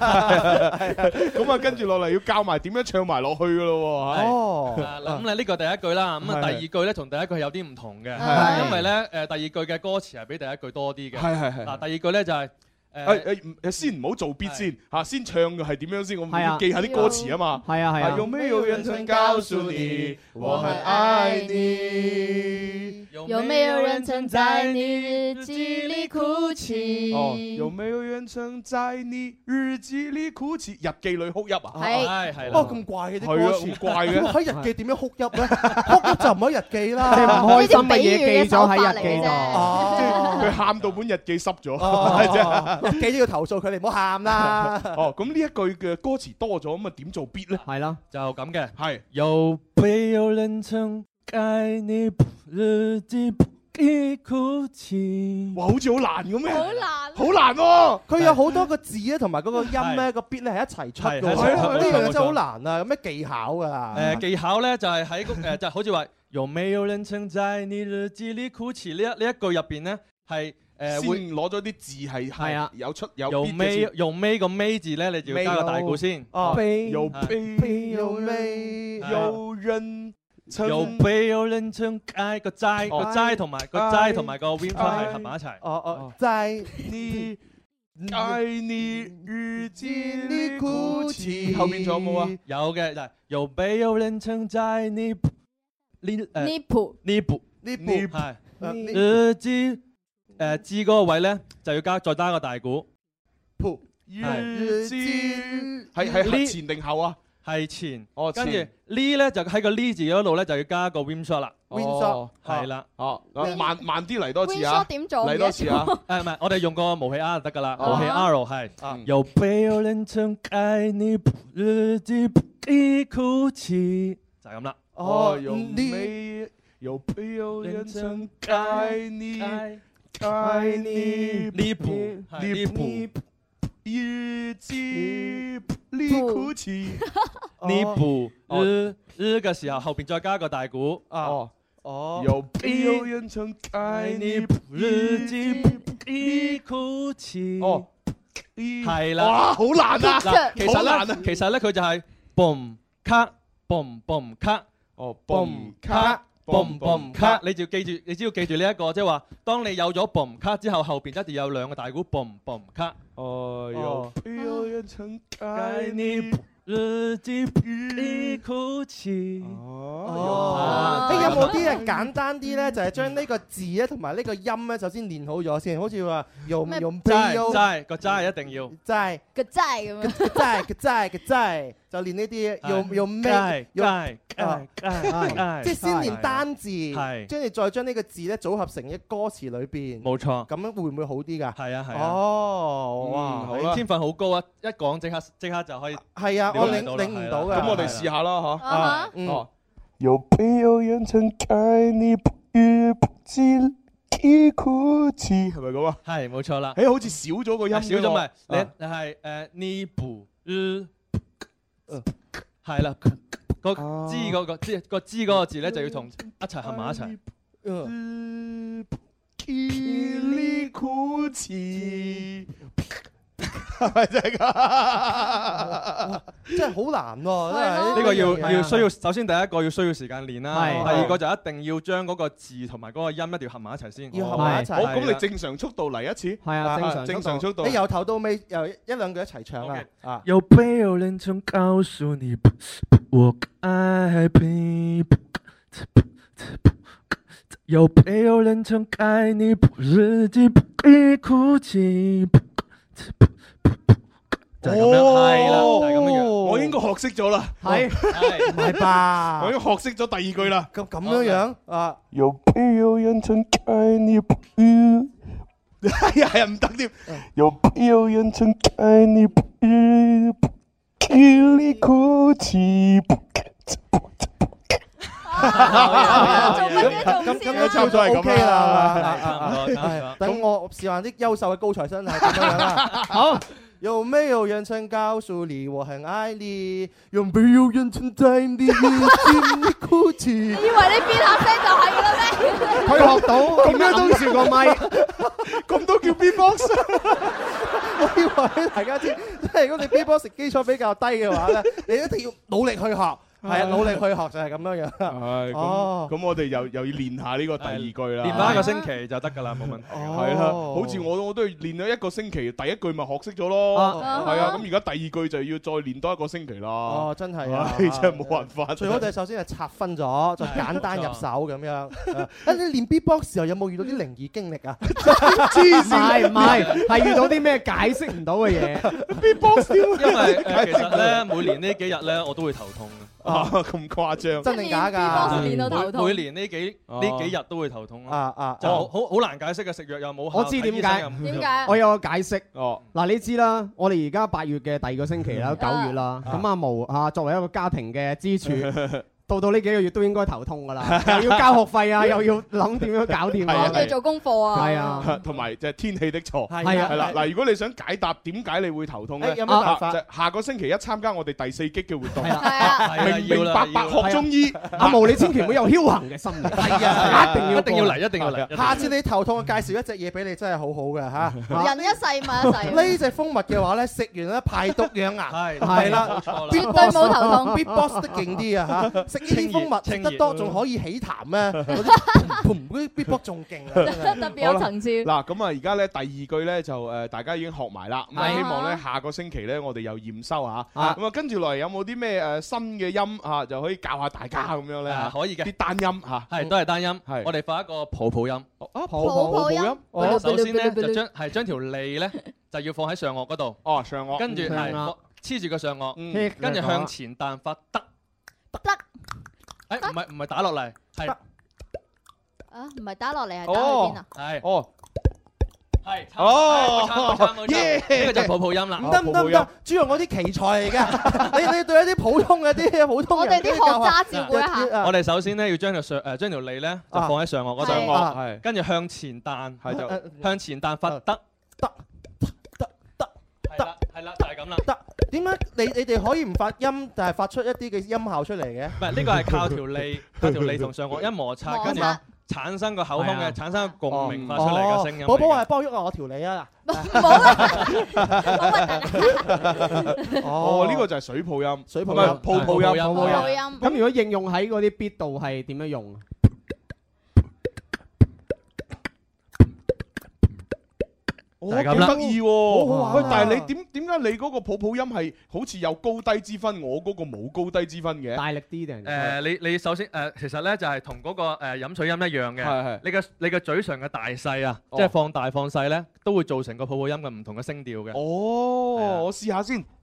S7: 咁啊，跟住落嚟要教埋點樣唱埋落去噶咯喎。
S8: 哦
S20: 啊咁咧呢個第一句啦，咁
S7: 係
S20: 啊第二句咧同第一句有啲唔同嘅，
S7: 係
S20: 因為咧誒第二句嘅歌詞係比第一句多啲嘅。
S7: 係係哎係
S20: 嗱，第二句咧就係
S7: 誒
S20: 誒。
S7: 誒誒，先唔好做 beat 先嚇，先唱嘅係點樣先？我
S20: 係啊
S7: 要記下啲歌詞啊嘛。
S20: 係啊係啊
S7: 有沒有人曾告訴你，我很愛你？
S2: 有没有人曾在你日记里哭泣？
S7: 哦，有沒有人曾在你日記裏哭泣？日記裏哭泣啊？
S8: 係
S7: 係
S8: 哇咁怪嘅啲歌詞，
S7: 係啊咁怪嘅
S8: 喺日記點樣哭泣咧？哭泣就唔喺日記啦，
S10: 即係唔開心嘅嘢記咗喺日記度
S8: 哦
S7: 佢喊到本日記濕咗，
S8: 哦 日記都要投訴佢哋，唔好喊啦。
S7: 哦，咁呢一句嘅歌詞多咗，咁啊點做 beat 咧？
S10: 係啦，
S20: 就咁嘅，
S7: 係
S21: 有没有人曾爱你，不日记不必哭泣？
S7: 哇，好似好難咁
S8: 好
S2: 難
S7: 好難喎！
S8: 佢有好多個字咧，同埋嗰個音咧，個 beat 咧係一齊出嘅
S20: 係
S8: 喎。
S20: 係係
S8: 呢樣嘢
S20: 冇錯
S8: 真係好
S20: 冇錯
S8: 難啊！有咩技巧㗎？
S20: 誒技巧咧就係喺嗰誒就好似話有沒有人曾在你日記裏哭泣呢一呢一句入邊咧係誒
S7: 先
S20: 會
S7: 攞咗啲字係
S20: 係啊
S7: 有出有
S20: 用
S7: beat 嘅
S20: 尾
S7: 先
S20: 用尾個尾字咧，你就要加個大鼓先。
S7: 哦有
S20: 有
S7: 悲有美有人曾
S20: 有悲有人曾愛個齋個齋同埋個齋同埋個 win 翻係合埋一齊。
S8: 哦哦，在
S7: 你愛你日記裏
S8: 哭泣
S20: 後面仲有冇啊？有嘅嗱，有悲有人曾在你你誒
S2: 呢部
S20: 呢部
S8: 呢
S2: 部
S7: 啊
S20: 係
S2: 呢
S20: 誒知誒知嗰個位咧就要加再加個大鼓。
S7: 日記係
S20: 呢
S7: 係前定後啊？
S20: 係前，
S7: 哦
S20: 跟住
S7: 前
S20: 呢咧就喺個呢字嗰度咧就要加個 win shot 啦。
S7: Win shot
S20: 係啦，
S7: 哦，
S2: Win-
S7: 慢慢啲嚟多次
S2: Win
S7: 啊
S2: shot！點做
S7: 嚟多次 啊！
S20: 誒唔係，我哋用個武器 R 就得㗎啦，
S7: 哦
S20: 武器 R 嗯係
S21: 有没有人曾爱你，不日记不必哭泣？
S20: 就係咁啦。
S7: 哦，有
S20: 네.
S7: 没有没有人曾愛你愛你
S20: 呢部
S7: 아,
S20: 呢部
S7: 日記裏哭泣？
S20: 呢部日日嘅時候，後邊再加個大鼓。
S7: 哦
S8: 哦
S7: 有沒有人曾愛你，不日記
S21: 裏哭泣？
S7: 哦，
S20: 係啦。
S7: 哇好難啊
S20: 嗱其實
S7: 好難
S20: 咧
S7: 啊，
S20: 其實咧，佢就係 boom 卡 boom boom 卡。
S7: 哦
S20: boom
S7: 卡
S20: boom boom 卡，你就要記住，你只要記住呢一個，即係話，當你有咗 boom 卡之後，後邊一
S21: 어.
S20: 定有兩個大鼓 boom boom 卡。
S7: 哦，有
S20: 有
S7: 沒有人曾愛你，
S21: 日记一哭泣。
S8: 哦你有冇啲啊簡單啲咧？就係將呢個字咧同埋呢個音咧，首先練好咗先。好似話用
S2: 咩
S8: 用
S20: 齋
S8: P.O.
S20: 齋個齋一定要。
S8: 齋
S2: 佢真係咁樣。
S8: 齋嘅齋嘅齋，就練呢啲用用咩
S20: 齋
S8: 用
S20: 齋
S8: 啊
S20: 齋
S8: 即係先練單字
S20: 係，
S8: 跟住再將呢個字咧組合成一歌詞裏邊。
S20: 冇錯，
S8: 咁樣會唔會好啲㗎？
S20: 係啊係啊。
S8: 哦，哇，
S20: 嗯好 啦，天分好高啊！一講即刻即刻就可以。
S8: 係啊，我領領唔到㗎。
S7: 咁我哋試下啦吓。
S8: 啊嗯
S7: 哦，
S22: 有没有人曾看你不语不知地哭泣？
S7: 係咪咁啊？
S20: 係冇錯啦。
S7: 誒，好似少咗個音
S20: 少
S7: 㗎喎。
S20: 咗咪？你
S7: 啊
S20: 你係誒呢部日係啦，個知嗰個知個知嗰個字咧就要同一齊合埋一齊。
S7: Kili Kuchi，係咪真係 㗎？
S8: 真係好難喎，真係啊
S20: 呢個要
S8: 樣嘢
S20: 要需要，首先第一個要需要時間練啦，
S8: 係
S20: 第二個就一定要將嗰個字同埋嗰個音一定要合埋一齊先。哦
S8: 要合埋一齊
S20: 係
S8: 好
S7: 咁你
S20: 係啦
S7: 正常速度嚟一次。係
S20: 啊正常
S7: 正常速度。
S8: 你由頭到尾由一一兩句一齊唱啊！啊，
S21: 有没有人曾告诉你，不我爱你？有没有人曾爱你，不自己不必哭泣？就係咁樣係啦就係咁樣樣
S7: 我應該學識咗啦。
S8: 係唔係吧？
S7: 我已經學識咗第二句啦。
S8: 咁咁樣樣啊，
S22: 有没有人曾看你不语？
S7: 係啊係啊，唔得添。
S22: 有没有人曾看你不语不地哭泣？
S8: 咁咁差唔多係 OK 啦，係嘛
S20: 差唔多差唔多
S8: 係等我示範啲優秀嘅高材生係咁樣樣啦。好。有沒有人曾告訴你我很愛你？有沒有人曾在你眼睛哭泣？以為你
S2: 邊下聲就係㗎啦咩？
S10: 佢學到咁樣都照
S8: 笑
S10: 個咪，
S8: 咁都叫 B-box？我以為大家知，即係如果你 B-box 基礎比較低嘅話咧，你一定要努力去學， 係啊，努力去學就係 咁樣樣啦。
S7: 係
S8: 哦
S7: 咁咁，我哋又又要練下呢個第二句啦。
S20: 練翻一個星期就得㗎啦，冇問題㗎。
S7: 係啦，好似我我都係練咗一個星期，第一句咪學識咗咯。
S8: 啊
S7: 係啊，咁而家第二句就要再練多一個星期啦。
S8: 哦，真係啊
S7: 唉，真係冇辦法。
S8: 最 好就係首先係拆分咗，再簡單入手咁樣。啊你練 B-box 時候有冇遇到啲靈異經歷啊？
S10: 黐線唔係唔係係遇到啲咩解釋唔到嘅嘢？
S20: 因為誒其實咧，每年呢幾日咧，我都會頭痛嘅。
S7: 啊，咁誇張？
S8: 真定假㗎？
S20: 每
S8: 練到頭痛
S20: 每年呢幾
S8: 哦
S20: 呢幾日都會頭痛咯。
S8: 啊啊
S20: 就好
S8: 哦
S20: 好好難解釋嘅，食藥又冇效。
S10: 我知點
S20: 睇醫
S10: 解
S20: 生又唔，
S10: 我有個解釋。
S7: 哦，
S10: 嗱，你知啦，我哋而家八月嘅第二個星期啦，九月啦，咁阿毛啊，作為一個家庭嘅支柱。到到呢幾個月都應該頭痛㗎啦，又要交學費啊，又要諗點樣搞掂啊
S7: 係啊，係啊
S2: 功課啊
S10: 係啊，
S7: 同埋就係天氣的錯，
S10: 係啊
S7: 係啦。嗱，如果你想解答點解你會頭痛咧，
S10: 誒有咩辦
S7: 法？就係下個星期一參加我哋第四擊嘅活動，
S20: 係啊
S7: 明明
S20: 要啦啊
S7: 白白
S20: 要啦
S7: 學中醫。
S10: 阿毛你千祈唔好有僥倖嘅心理，係
S8: 啊
S10: 一定要
S20: 一定要嚟一定要嚟一定要嚟
S8: 下次你頭痛，我介紹一隻嘢俾你，真係好好嘅嚇。
S2: 人一世物一世。啊
S8: 呢只蜂蜜嘅話咧，食完咧排毒養牙，
S20: 係
S8: 係
S20: 冇
S8: 啦
S20: 錯啦，
S8: Big
S2: 絕對冇
S8: Boss-
S2: 頭痛
S8: Big Boss 得勁啲啊嚇！食呢啲蜂蜜食得多，仲可以起痰咧，嗰啲嘭嘭嗰啲 Big Boss 仲勁 啊！真係
S2: 特別有層次
S7: 好啦嗱，咁啊，而家咧第二句咧就誒，大家已經學埋啦。咁啊
S2: 係
S7: 希望咧下個星期咧，我哋又驗收下。
S20: 啊
S7: 咁啊，跟住落嚟有冇啲咩誒新嘅音啊，就可以教下大家咁樣咧？
S20: 啊
S7: 嚇
S20: 可以嘅
S7: 啲單音嚇，
S20: 係都係單音。
S7: 係
S20: 我哋發一個 抱抱音。
S7: 啊，
S8: 抱抱抱音
S20: 我
S8: 哦
S20: 首先 咧
S8: 嗶哩嗶哩
S20: 就將係將條脷 咧就要放喺上顎嗰度。
S7: 哦，上顎。
S20: 跟住
S7: 上
S20: 係
S7: 顎
S20: 放黐住個上
S7: 嗯
S20: 顎，跟住向前彈發得得。誒唔係唔係打落嚟，係
S2: 啊，唔係打落嚟係打去邊啊
S7: 哦？，
S20: 係
S7: 哦，
S20: 係
S7: 哦
S20: 冇錯冇錯冇錯呢個就係抱抱音啦。
S8: 唔得唔得唔得，朱紅嗰啲奇才嚟㗎， 你你對一啲普通嘅啲 普通人都要教下
S20: 我哋首先咧要將條上誒將條脷咧就放喺上顎嗰度，
S8: 上
S7: 顎係
S20: 跟住向前彈，
S7: 係就
S20: 向前彈發得得得得得，係啦係啦就係咁啦。
S8: 點解你你哋可以唔發音，但係發出一啲嘅音效出嚟嘅？
S20: 唔係呢個係靠條脷，靠條脷同上顎一摩擦，
S8: 摩
S20: 跟住
S8: 擦
S20: 產生個口腔
S8: 係啊
S20: 嘅產生個共鳴發出嚟嘅聲音嚟嘅。
S8: 寶寶係幫我喐下我條脷啊！
S7: 哦，呢個就係水泡音，
S8: 水泡
S7: 唔係
S8: 音
S7: 泡泡音，
S10: 抱抱
S2: 音
S10: 咁如果應用喺嗰啲 beat 度係點樣用？
S7: 哦，
S20: 就係咁
S7: 幾
S20: 啦。
S7: 得意喎！
S20: 好好玩啊。
S7: 喂，但係你點點解你嗰個普普音係好似有高低之分，我嗰個冇高低之分嘅？
S10: 大力啲定
S20: 誒，你你首先誒，其實咧就係同嗰個誒飲水音一樣
S7: 係
S20: 嘅
S7: 係，
S20: 你嘅你嘅嘴唇嘅大細啊，
S7: 哦
S20: 即係放大放細咧，都會造成個泡泡音嘅唔同嘅聲調嘅。啊
S7: 哦，我試下先。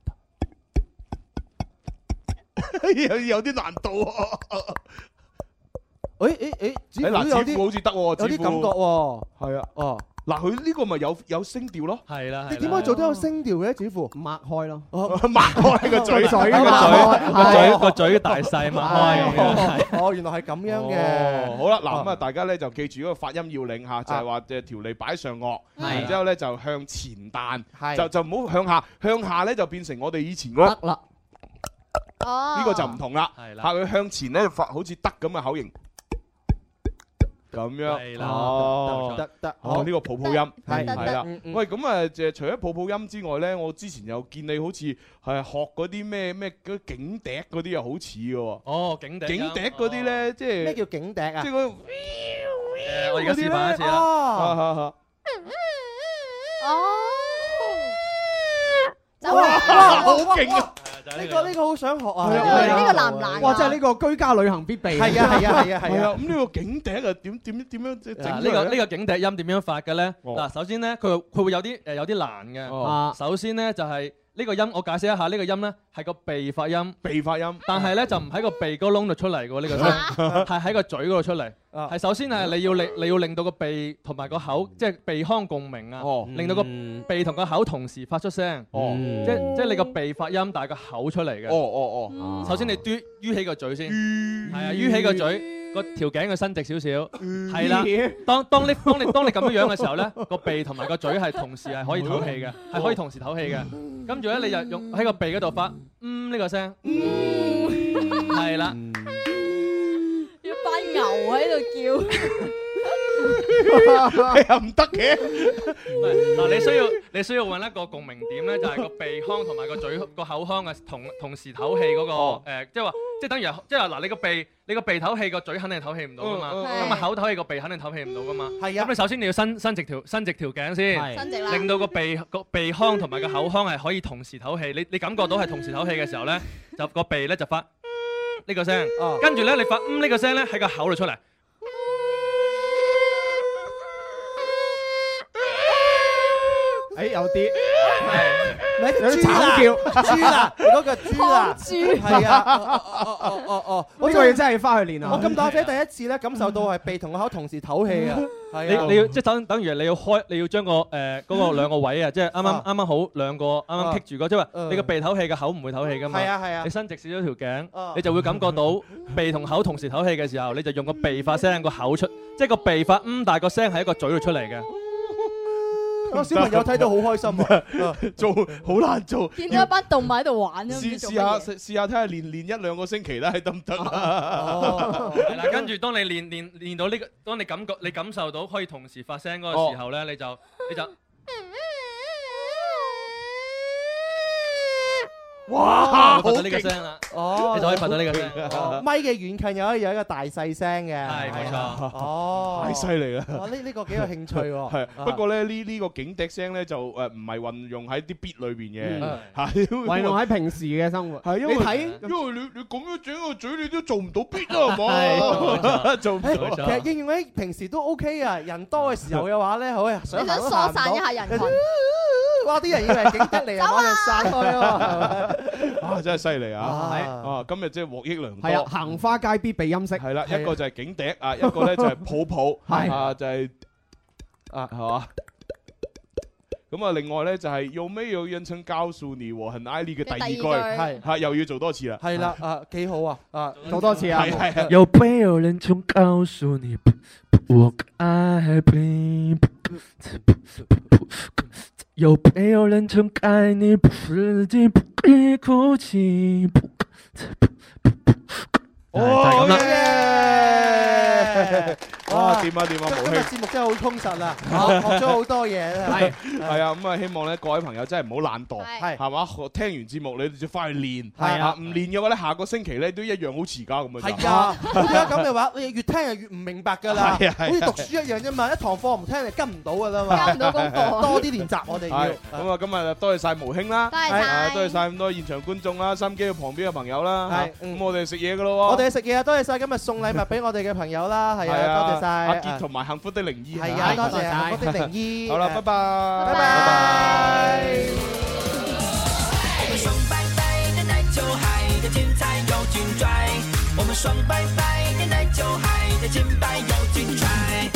S7: 有有啲難度啊！
S8: 誒誒誒，
S7: 誒嗱，
S8: 有
S7: 似乎好似得喎，
S8: 有啲感覺喎。
S7: 係啊，
S8: 哦，
S7: 嗱，佢呢個咪有有聲調咯，
S20: 係啦
S8: 你點解做得有聲調嘅？似乎
S10: 擘開咯，
S7: 擘開個 嘴，
S8: 個啊嘴
S20: 個嘴個嘴個嘴大細擘開咁樣。
S8: 哦哦，原來係咁樣
S7: 哦
S8: 嘅。啊
S7: 好啦，嗱咁啊，大家咧就記住嗰個發音要領嚇，就係話誒條脷擺上顎，
S8: 係
S7: 然之後咧就向前彈，
S8: 係
S7: 就就唔好向下，向下咧就變成我哋以前嗰得啦，呢個就唔同啦，
S20: 係
S7: 嚇佢向前咧發好似得咁嘅口型。咁樣，
S20: 係啦
S7: 哦，
S8: 得得
S7: 哦，呢個泡泡音
S8: 得
S7: 係
S8: 得
S7: 係啦
S8: 嗯。嗯
S7: 喂，咁啊，誒，除咗泡泡音之外咧，我之前又見你好似係學嗰啲咩咩嗰景笛嗰啲又好似嘅喎。
S20: 哦，景笛音
S7: 景笛嗰啲咧，即係
S8: 咩叫景笛啊？
S7: 即係嗰
S20: 誒，我而家示範一次啦。
S7: 啊！
S8: 哇
S2: 走啊
S8: 哇
S2: 好
S7: 勁啊！
S8: 呢個呢個好想學啊！
S10: 係啊呢個難唔難啊哇真係呢個居家旅行必備
S8: 係啊係啊係啊係
S7: 係啊，
S8: 啊！
S7: 咁呢個景笛啊，點點點樣整出
S20: 嗱，呢個
S7: 嚟啊
S20: 呢
S7: 呢
S20: 個景笛音點樣發嘅咧？嗱，首先咧，佢佢會有啲誒有啲難
S7: 哦
S20: 嘅。啊首先咧就係呢個音，我解釋一下，呢個音咧係個鼻發音，
S7: 鼻發音，
S20: 但係咧就唔喺個鼻哥窿度出嚟嘅喎，呢 個聲係喺個嘴嗰度出嚟。
S7: 啊
S20: 係首先係你要令你要令到個鼻同埋個口，
S7: 嗯
S20: 即係鼻腔共鳴啊，令到個鼻同個口同時發出聲。
S7: 哦
S20: 即即係你個鼻發音，但係個口出嚟嘅。
S7: 哦哦哦，
S20: 首先你嘟於起個嘴先，係啊，於起個嘴，個條頸佢伸直少少，係啦。當當你當你當你咁樣樣嘅時候咧，個鼻同埋個嘴係同時係可以唞氣嘅，係可以同時唞氣嘅。跟住咧，你就用喺個鼻嗰度發嗯呢個聲，
S8: 嗯
S20: 係啦。
S2: 嗯 要班牛喺度
S7: 個係啊，唔得嘅。
S20: 嗱，你需要你需要揾一個共鳴點咧，就係個鼻腔同埋個嘴個口腔嘅同同時唞氣嗰個誒，即係話即係等於係即係話嗱，你個鼻你個鼻唞氣個嘴肯定唞氣唔到噶嘛，
S8: 嗯嗯
S20: 咁啊口唞氣個鼻肯定唞氣唔到噶嘛。
S8: 係啊
S20: 咁你首先你要伸伸直條伸直條頸
S8: 係
S20: 先，
S8: 伸直啦
S20: 令到個鼻個鼻腔同埋個口腔係可以同時唞氣。你你感覺到係同時唞氣嘅時 候咧，就個鼻咧就發嗯呢個聲，
S8: 哦
S20: 跟住咧你發嗯呢個聲咧喺個口度出嚟。
S10: 誒哎有啲
S8: 有
S10: 啲
S8: 豬
S10: 慘
S8: 啦，
S10: 叫
S8: 豬啦，你嗰個豬啦，
S10: 劏豬
S8: 係啊，哦哦哦哦哦，
S10: 呢個要真係翻去練啊！
S8: 我咁大仔第一次咧感受到係鼻同個口同時唞氣啊，係啊，
S20: 你你要即係等等於你要開，你要將個誒嗰個兩個位啊，即係啱啱啱啱好兩個啱啱棘住嗰，即係話你個鼻唞氣，個口唔會唞氣噶嘛。
S8: 啊嗯係啊係啊
S20: 你伸直少咗條頸
S8: 啊，
S20: 你就會感覺到 鼻同口同時唞氣嘅時候，你就用個鼻發聲，個口出，即係個鼻發嗯，但係個聲喺一個嘴度出嚟嘅。
S8: 個小朋友睇到好開心啊，
S7: 做好難做，
S2: 叫，見到一班動物喺度玩都唔
S7: 試
S2: 知做
S7: 試
S2: 乜
S7: 下
S2: 嘢。
S7: 試試下睇下練練一兩個星期啦，得唔得啊？
S20: 係啦，跟住當你練練練到呢個，當你感覺你感受到可以同時發聲嗰個時候咧，你就你就
S7: 哇
S20: 你就發到呢個聲啦，
S8: 哦，
S20: 你就可以發到呢個聲。
S8: 哦咪嘅遠近有一有一個大細聲嘅，
S20: 係冇錯。
S8: 啊哦，
S7: 太犀利啊啦！
S8: 哇！呢呢個幾有興趣 喎，
S7: 係
S8: 啊
S7: 不過咧呢呢個警笛聲咧就誒唔係運用喺啲 beat 裏邊
S10: 嗯
S7: 嘅，係
S10: 運 用喺平時嘅生活。
S7: 係因為
S10: 你睇，
S7: 因為你你咁樣整個嘴你都做唔到 beat 啊，係嘛？
S8: 係
S7: 做唔
S8: 誒其
S7: 到。
S8: 實應用喺平時都 OK à, 啊，人多嘅時候嘅話咧，好啊，想
S2: 你想
S8: 行都
S2: 疏
S8: 行唔
S2: 散
S8: 到
S2: 一下人 群，
S8: 哇！啲人以為係景德嚟，又馬上散開喎。
S7: 啊，真係犀利啊！
S10: 啊
S7: 啊，今日即係獲益良
S10: 係啊，
S7: 多。
S10: 行花街必備音色。
S7: 係啦，
S10: 係啊
S7: 一個就係景笛啊，一個咧就係泡 泡，
S10: 係
S7: 啊就係啊係嘛。咁啊，另外咧就係有咩有印象告訴你我很愛你嘅第二句，
S8: 第二句係
S7: 係又要做多次啦。
S8: 係啦，啊幾好啊，啊
S10: 做多次啊
S7: 係係係
S21: 有没有人曾告诉你，不不我爱你？不不不不不有没有人曾爱你，不自己不必哭泣？不
S7: 哦
S21: 不不不，哎就係咁啦。
S7: 耶！哇，掂啊掂啊，無
S8: 今日
S7: 興。
S8: 節目真係好充實啊，學學咗好多嘢 啊。
S7: 係
S8: Ờ.
S7: 係啊，咁啊，希望咧各位朋友真係唔好懶惰，係係嘛？學聽完節目你哋就翻去練，
S8: 係啊
S7: 唔練嘅話咧，下個星期咧都一樣好似而家咁樣。
S8: 係啊，好似咁嘅話，你越聽就越唔明白㗎啦，
S7: 係啊係啊
S8: 好似讀書一樣啫嘛，一堂課唔聽你跟唔到㗎啦嘛，
S7: 跟唔到功課
S8: 多啲練習我哋要
S7: 係。咁啊，今日多謝晒無興啦，
S8: 多謝晒
S7: 啊多謝晒咁多現場觀眾啦，心機嘅旁邊嘅朋友啦，
S8: 係
S7: 嚇咁我哋食嘢噶咯喎，
S8: 我哋去食嘢啊，多謝晒今日送禮物俾我哋嘅朋友啦，係
S7: 係
S8: 啊，多謝晒。
S7: 阿傑同埋幸福的靈醫，
S8: 係啊，多謝啊
S7: 係
S8: 幸福的靈醫。
S7: 好啦，拜拜。
S8: 拜拜。
S6: 我们双拜拜的奶酒，海的精彩又精彩。我们双拜拜的奶酒，海的精彩又精彩。